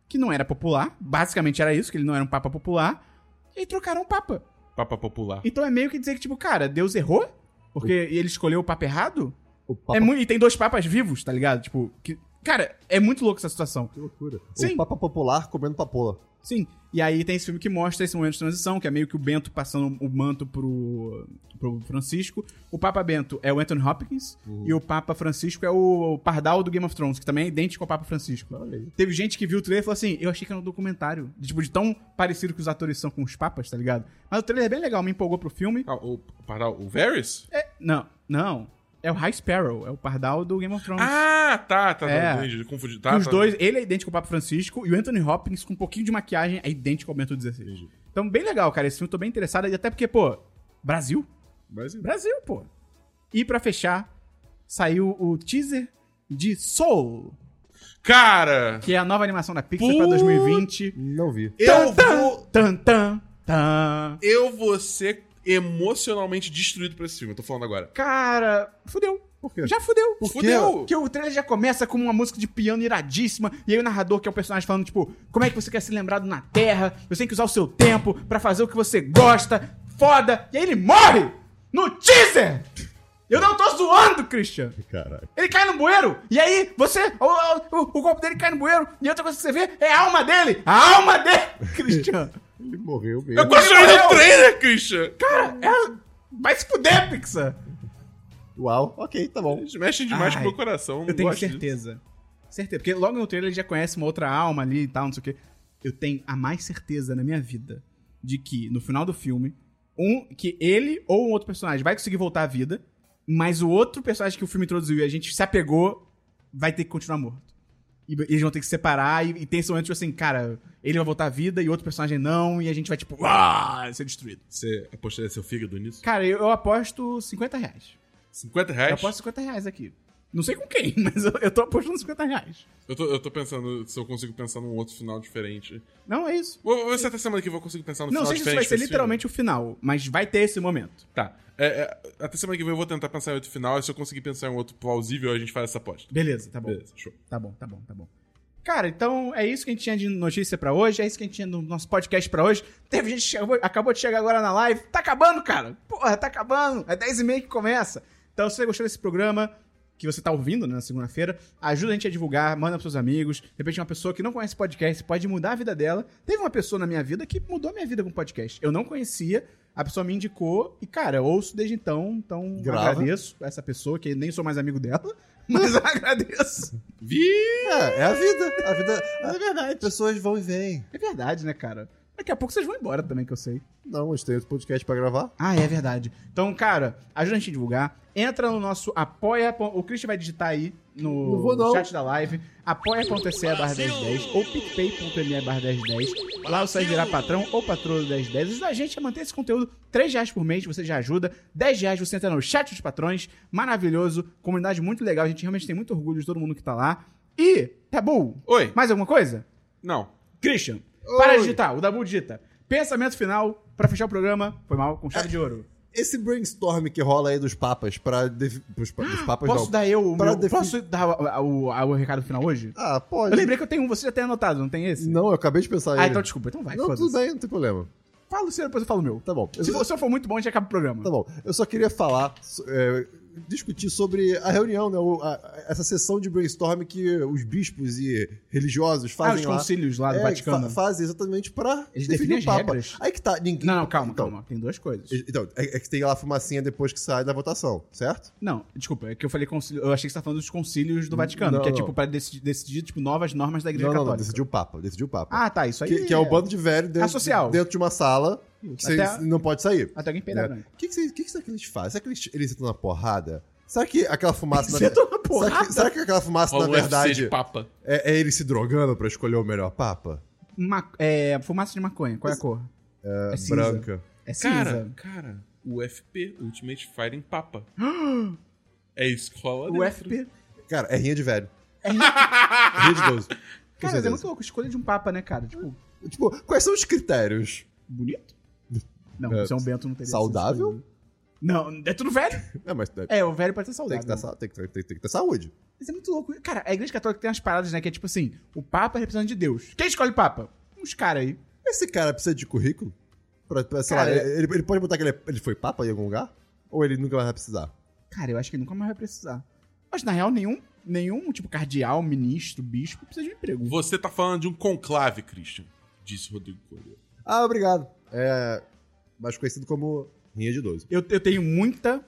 que não era popular. Basicamente era isso, que ele não era um Papa popular. E aí trocaram o Papa. Papa Popular. Então é meio que dizer que, tipo, cara, Deus errou? Porque ele escolheu o Papa errado? O Papa, É muito, e tem dois Papas vivos, tá ligado? Tipo, que, cara, é muito louco essa situação. que loucura. Sim. O Papa Popular comendo papola. Sim. E aí tem esse filme que mostra esse momento de transição, que é meio que o Bento passando o manto pro, pro Francisco. O Papa Bento é o Anthony Hopkins Uhum. e o Papa Francisco é o Pardal do Game of Thrones, que também é idêntico ao Papa Francisco. Olha aí. Teve gente que viu o trailer e falou assim: eu achei que era um documentário. De, tipo, de tão parecido que os atores são com os papas, tá ligado? Mas o trailer é bem legal, me empolgou pro filme. Ah, o, pardal, o Varys? É- não, não. É o High Sparrow, é o Pardal do Game of Thrones. Ah, tá, tá, tá. É. Entendi, confundi. Que Tá, os tá. dois, ele é idêntico ao Papa Francisco e o Anthony Hopkins com um pouquinho de maquiagem é idêntico ao Bento XVI. Então, bem legal, cara. Esse filme eu tô bem interessado. E até porque, pô, Brasil? Mas, Brasil, pô. E pra fechar, saiu o teaser de Soul, Cara! que é a nova animação da Pixar pra Puta. 2020. Não vi. Eu Tan, tan, vou, Tan, tan, tan. eu vou ser emocionalmente destruído por esse filme, eu tô falando agora. Cara, fudeu. Por quê? Já fudeu. Por quê? fudeu. Que o trailer já começa com uma música de piano iradíssima, e aí o narrador, que é o personagem, falando, tipo, como é que você quer ser lembrado na Terra? Você tem que usar o seu tempo pra fazer o que você gosta. Foda. E aí ele morre! No teaser! Eu não tô zoando, Christian! Caraca. Ele cai no bueiro, e aí você. O, o, o corpo dele cai no bueiro, e outra coisa que você vê é a alma dele! A alma dele! <laughs> Christian! Ele morreu mesmo. Eu quase chorei Não. no trailer, Christian! Cara, ela. Vai se fuder, Pixar! Uau, ok, tá bom. Eles mexem Ai, demais com o meu coração, eu não Eu tenho gosto disso. certeza certeza. Porque logo no trailer ele já conhece uma outra alma ali e tal, não sei o quê. Eu tenho a mais certeza na minha vida de que, no final do filme, um que ele ou um outro personagem vai conseguir voltar à vida, mas o outro personagem que o filme introduziu e a gente se apegou vai ter que continuar morto. E eles vão ter que se separar, e, e tem esse momento, tipo assim, cara, ele vai voltar à vida e outro personagem não, e a gente vai, tipo, uá, ser destruído. Você apostaria seu fígado nisso? Cara, eu, eu aposto 50 reais. 50 Eu reais? aposto 50 reais aqui. Não sei com quem, <laughs> mas eu, eu tô apostando 50 reais. Eu tô, eu tô pensando se eu consigo pensar num outro final diferente. Não, é isso. Vou, vou ver se até semana que vem eu vou conseguir pensar no não final sei se isso diferente. vai ser pra esse literalmente o final, mas vai ter esse momento. filme. Tá. É, é, até semana que vem eu vou tentar pensar em outro final. E se eu conseguir pensar em um outro plausível, a gente faz essa aposta. Beleza, tá bom. Beleza, show. Tá bom, tá bom, tá bom. Cara, então é isso que a gente tinha de notícia pra hoje, é isso que a gente tinha no nosso podcast pra hoje. Teve gente que chegou- acabou de chegar agora na live. Tá acabando, cara! Porra, tá acabando! É 10h30 que começa. Então, se você gostou desse programa, que você tá ouvindo né, na segunda-feira, ajuda a gente a divulgar, manda pros seus amigos. De repente, uma pessoa que não conhece podcast pode mudar a vida dela. Teve uma pessoa na minha vida que mudou a minha vida com podcast. Eu não conhecia, a pessoa me indicou e, cara, eu ouço desde então. Então, Grava. agradeço a essa pessoa, que nem sou mais amigo dela, <laughs> mas eu agradeço. Vi! É, é a vida. A vida. Mas é verdade. As pessoas vão e vêm. É verdade, né, cara? Daqui a pouco vocês vão embora também, que eu sei. Não, mas tem outro um podcast pra gravar. Ah, é verdade. Então, cara, ajuda a gente a divulgar. Entra no nosso apoia. O Christian vai digitar aí no, Não vou, não. no chat da live. apoia.se barra 1010 ou picpay.me barra 1010. Lá você vai virar patrão ou patroa do 1010. Ajuda a gente a manter esse conteúdo. R$ 3 reais por mês você já ajuda. R$ 10 reais você entra no chat dos patrões. Maravilhoso. Comunidade muito legal. A gente realmente tem muito orgulho de todo mundo que tá lá. E, Tabu, Oi! mais alguma coisa? Não. Christian, para Oi. de digitar, o Dabu digita. Pensamento final pra fechar o programa. Foi mal, com chave de ouro. Esse brainstorm que rola aí dos papas pra. defi- Pros, pa- dos papas Ah, Posso não. dar eu o Para meu, defi- Posso dar o, o- o- o recado final hoje? Ah, Eu pode. lembrei que eu tenho um, você já tem anotado, não tem esse? Não, eu acabei de pensar Ah, ele. então desculpa, então vai, Não, tudo foda-se. bem, não tem problema. Fala o seu, depois eu falo o meu. Tá bom. Eu Se, só- for- se eu for muito bom, a gente acaba o programa. Tá bom. Eu só queria falar, so- é, discutir sobre a reunião, né? o- a- a- essa sessão de brainstorm que os bispos e religiosos ah, os fazem lá. concílios lá do É, Vaticano. fa- fazem exatamente pra Eles definir definem o as Papa. regras. Aí que tá, ninguém... Não, não, calma, então, calma. Tem duas coisas. Então, é, é que tem lá a fumacinha depois que sai da votação, certo? Não, desculpa, é que eu falei concílio. Eu achei que você tá falando dos concílios do Vaticano, não, que é não. tipo pra decidir, decidir, tipo, novas normas da igreja não, não, não, católica. decidiu o Papa, decidiu o Papa. Ah, tá, isso aí. que, que é um bando de velho dentro, A social. dentro de uma sala que você Até- não pode sair. Até alguém peidar, né? né? O que, que, você- que, que será que eles fazem? Será que eles, eles sentam na porrada? Será que aquela fumaça... na- Sentam na Será que- porrada? Será que aquela fumaça, na Rola o UFC de verdade... papa. É, é ele se drogando pra escolher o melhor papa? Ma é, fumaça de maconha, qual é a cor? É, cinza. Branca. É cinza. Cara, cara, UFP, Ultimate Fighting Papa. é isso que rola <gasps> o dentro. FP. Cara, é rinha de velho. rinha de idoso. Com Cara, mas é certeza. muito louco. Escolha de um papa, né, cara? Tipo, Tipo, quais são os critérios? <laughs> bonito? Não, É, São Bento não teria essa saudável? escolha. Não, é tudo velho. É, mas tem É, o velho pode ser tem saudável. que, tá ter, sa- tem, que ter, tem que ter saúde. Mas é muito louco. Cara, a igreja católica tem umas paradas, né? Que é tipo assim, o papa é representante de Deus. Quem escolhe o papa? Uns caras aí. Esse cara precisa de currículo? Pra, pra, sei Cara, lá, ele, ele pode botar que ele, ele foi papa em algum lugar? Ou ele nunca vai precisar? Cara, eu acho que nunca mais vai precisar. Mas, na real, nenhum, nenhum tipo, cardeal, ministro, bispo, precisa de um emprego. Você tá falando de um conclave, Christian, disse Rodrigo Correia. Ah, obrigado. É. Mais conhecido como rinha de idoso. Eu, eu tenho muita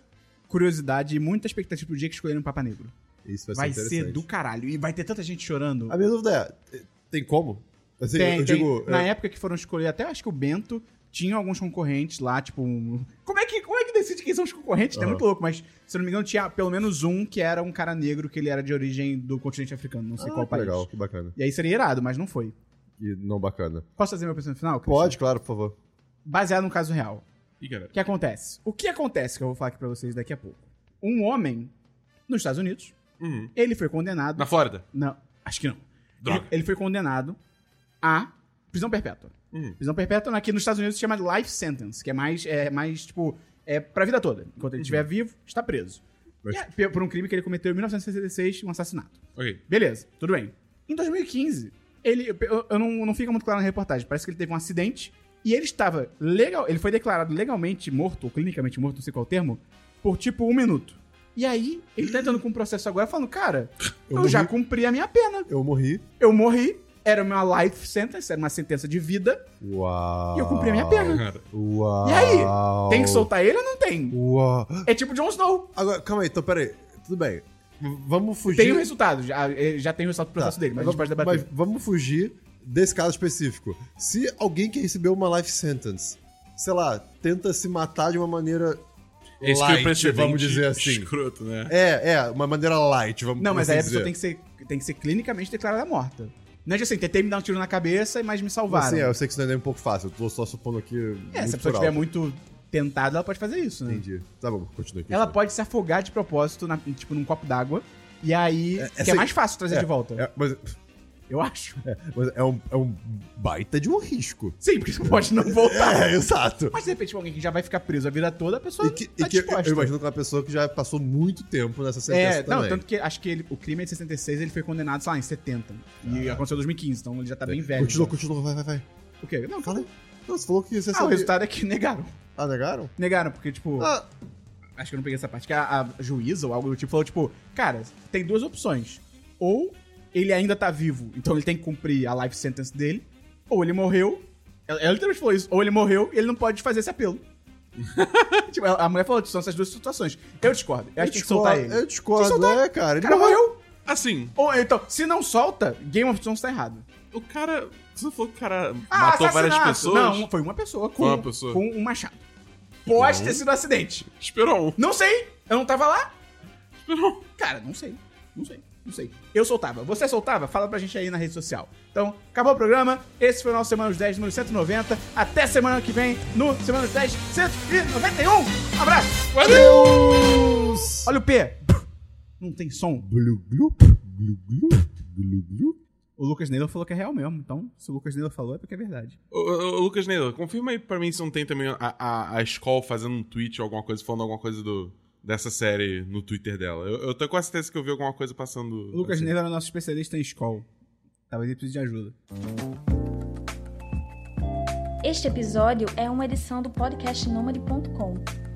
curiosidade e muita expectativa pro dia que escolherem um papa negro. Isso vai, Vai ser ser interessante. do caralho. E vai ter tanta gente chorando. A minha dúvida é: tem como? Assim, Tem, eu tem. digo. Na é, época que foram escolher, até acho que o Bento tinha alguns concorrentes lá, tipo. um- Como é que, como é que decide quem são os concorrentes? É Aham. muito louco, mas se eu não me engano, tinha pelo menos um que era um cara negro que ele era de origem do continente africano, não sei ah, qual que país. legal, que bacana. E aí seria irado, mas não foi. E não bacana. Posso fazer meu pensamento final? Christian? Pode, claro, por favor. Baseado no caso real. Ih, galera. O que acontece? O que acontece que eu vou falar aqui pra vocês daqui a pouco? Um homem, nos Estados Unidos, Uhum. ele foi condenado. Na Flórida. Não, acho que não. Ele, Droga. ele foi condenado a prisão perpétua. Hum. Prisão perpétua aqui nos Estados Unidos se chama life sentence, que é mais, é mais tipo, é pra vida toda. Enquanto ele estiver vivo, está preso. Mas- E é pe- por um crime que ele cometeu em 1966, um assassinato. Ok. Beleza, tudo bem. Em 2015, ele. Eu, eu não, não fica muito claro na reportagem. Parece que ele teve um acidente e ele estava legal. Ele foi declarado legalmente morto, ou clinicamente morto, não sei qual é o termo, por tipo um minuto. E aí, ele tá entrando com um processo agora falando, cara, Eu eu, já morri. cumpri a minha pena. Eu morri. Eu morri, era uma life sentence, era uma sentença de vida, Uau. e eu cumpri a minha pena. Cara, Uau. E aí? Tem que soltar ele ou não tem? Uau. É tipo Jon Snow. Agora, calma aí, então peraí. Tudo bem. Vamos fugir. Tem um o resultado, já, eh, já tem o resultado do processo dele, mas a gente pode debater. Tá. mas vamos fugir desse caso específico. Se alguém que recebeu uma life sentence, sei lá, tenta se matar de uma maneira Esse que é o light, precedente vamos dizer assim. escroto, né? É, é, uma maneira light, vamos Não, mas aí assim a pessoa dizer. tem que, ser, tem que ser clinicamente declarada morta. Não é de assim, tentei me dar um tiro na cabeça, mas me Assim, salvaram. é, eu sei que isso não é nem um pouco fácil, eu tô só supondo aqui. né? é, se a muito pessoa por estiver alto. muito tentada, ela pode fazer isso, né? Entendi. Tá bom, continue aqui. Ela pode se afogar de propósito, na- tipo, num copo d'água. E aí. É, que essa é aí- mais fácil trazer é, de volta. É, mas, Eu acho. mas é, um, é um baita de um risco. <laughs> Sim, porque você pode não voltar. É, exato. Mas de repente, tipo, alguém que já vai ficar preso a vida toda, a pessoa E que, tá e que disposta. eu imagino que é uma pessoa que já passou muito tempo nessa sentença É, também. não, tanto que acho que ele- o crime é de 66, ele foi condenado, sei lá, em 70. E Ah. aconteceu em 2015, então ele já É, tá bem velho. Continua, já. continua, vai, vai, vai. O quê? Não, Fala aí. Não, você falou que você ah, o sabia- resultado é que negaram. Ah, negaram? Negaram, porque, tipo, Ah, acho que eu não peguei essa parte, que a, a juíza ou algo do tipo falou, tipo, cara, tem duas opções. Ou ele ainda tá vivo, então ele tem que cumprir a life sentence dele, ou ele morreu. Ela, ela literalmente falou isso, ou ele morreu e ele não pode fazer esse apelo. <laughs> tipo, a a mulher falou, são essas duas situações. Eu discordo. Eu acho que tem que soltar ele. eu discordo, Tem que soltar é, O cara. Ele cara morreu. morreu. Assim, Ou então, se não solta, Game of Thrones tá errado. o cara. Você falou que o cara matou várias Ah, assassinato! pessoas? Não, um, foi uma pessoa com, Foi uma pessoa. com um machado. Pode ter sido um acidente. Esperou um. Não sei, eu não tava lá. Esperou um. Cara, não sei. Não sei. Não sei. Eu soltava. Você soltava? Fala pra gente aí na rede social. Então, acabou o programa. Esse foi o nosso Semana dos 10, número 190. Até semana que vem no Semana dos 10, 191. Abraço. Deus! Olha o P. Não tem som. Glu, glu, glu, glu, glu, glu. O Lucas Neylor falou que é real mesmo. Então, se o Lucas Neylor falou, é porque é verdade. Ô, ô, ô, Lucas Neila, confirma aí pra mim se não tem também a, a, a Skoll fazendo um tweet ou alguma coisa, falando alguma coisa do, dessa série no Twitter dela. Eu, eu tô com a certeza que eu vi alguma coisa passando. O Lucas assim. Neylor é o nosso especialista em escola. Talvez ele precise de ajuda. Este episódio é uma edição do podcast Nômade.com.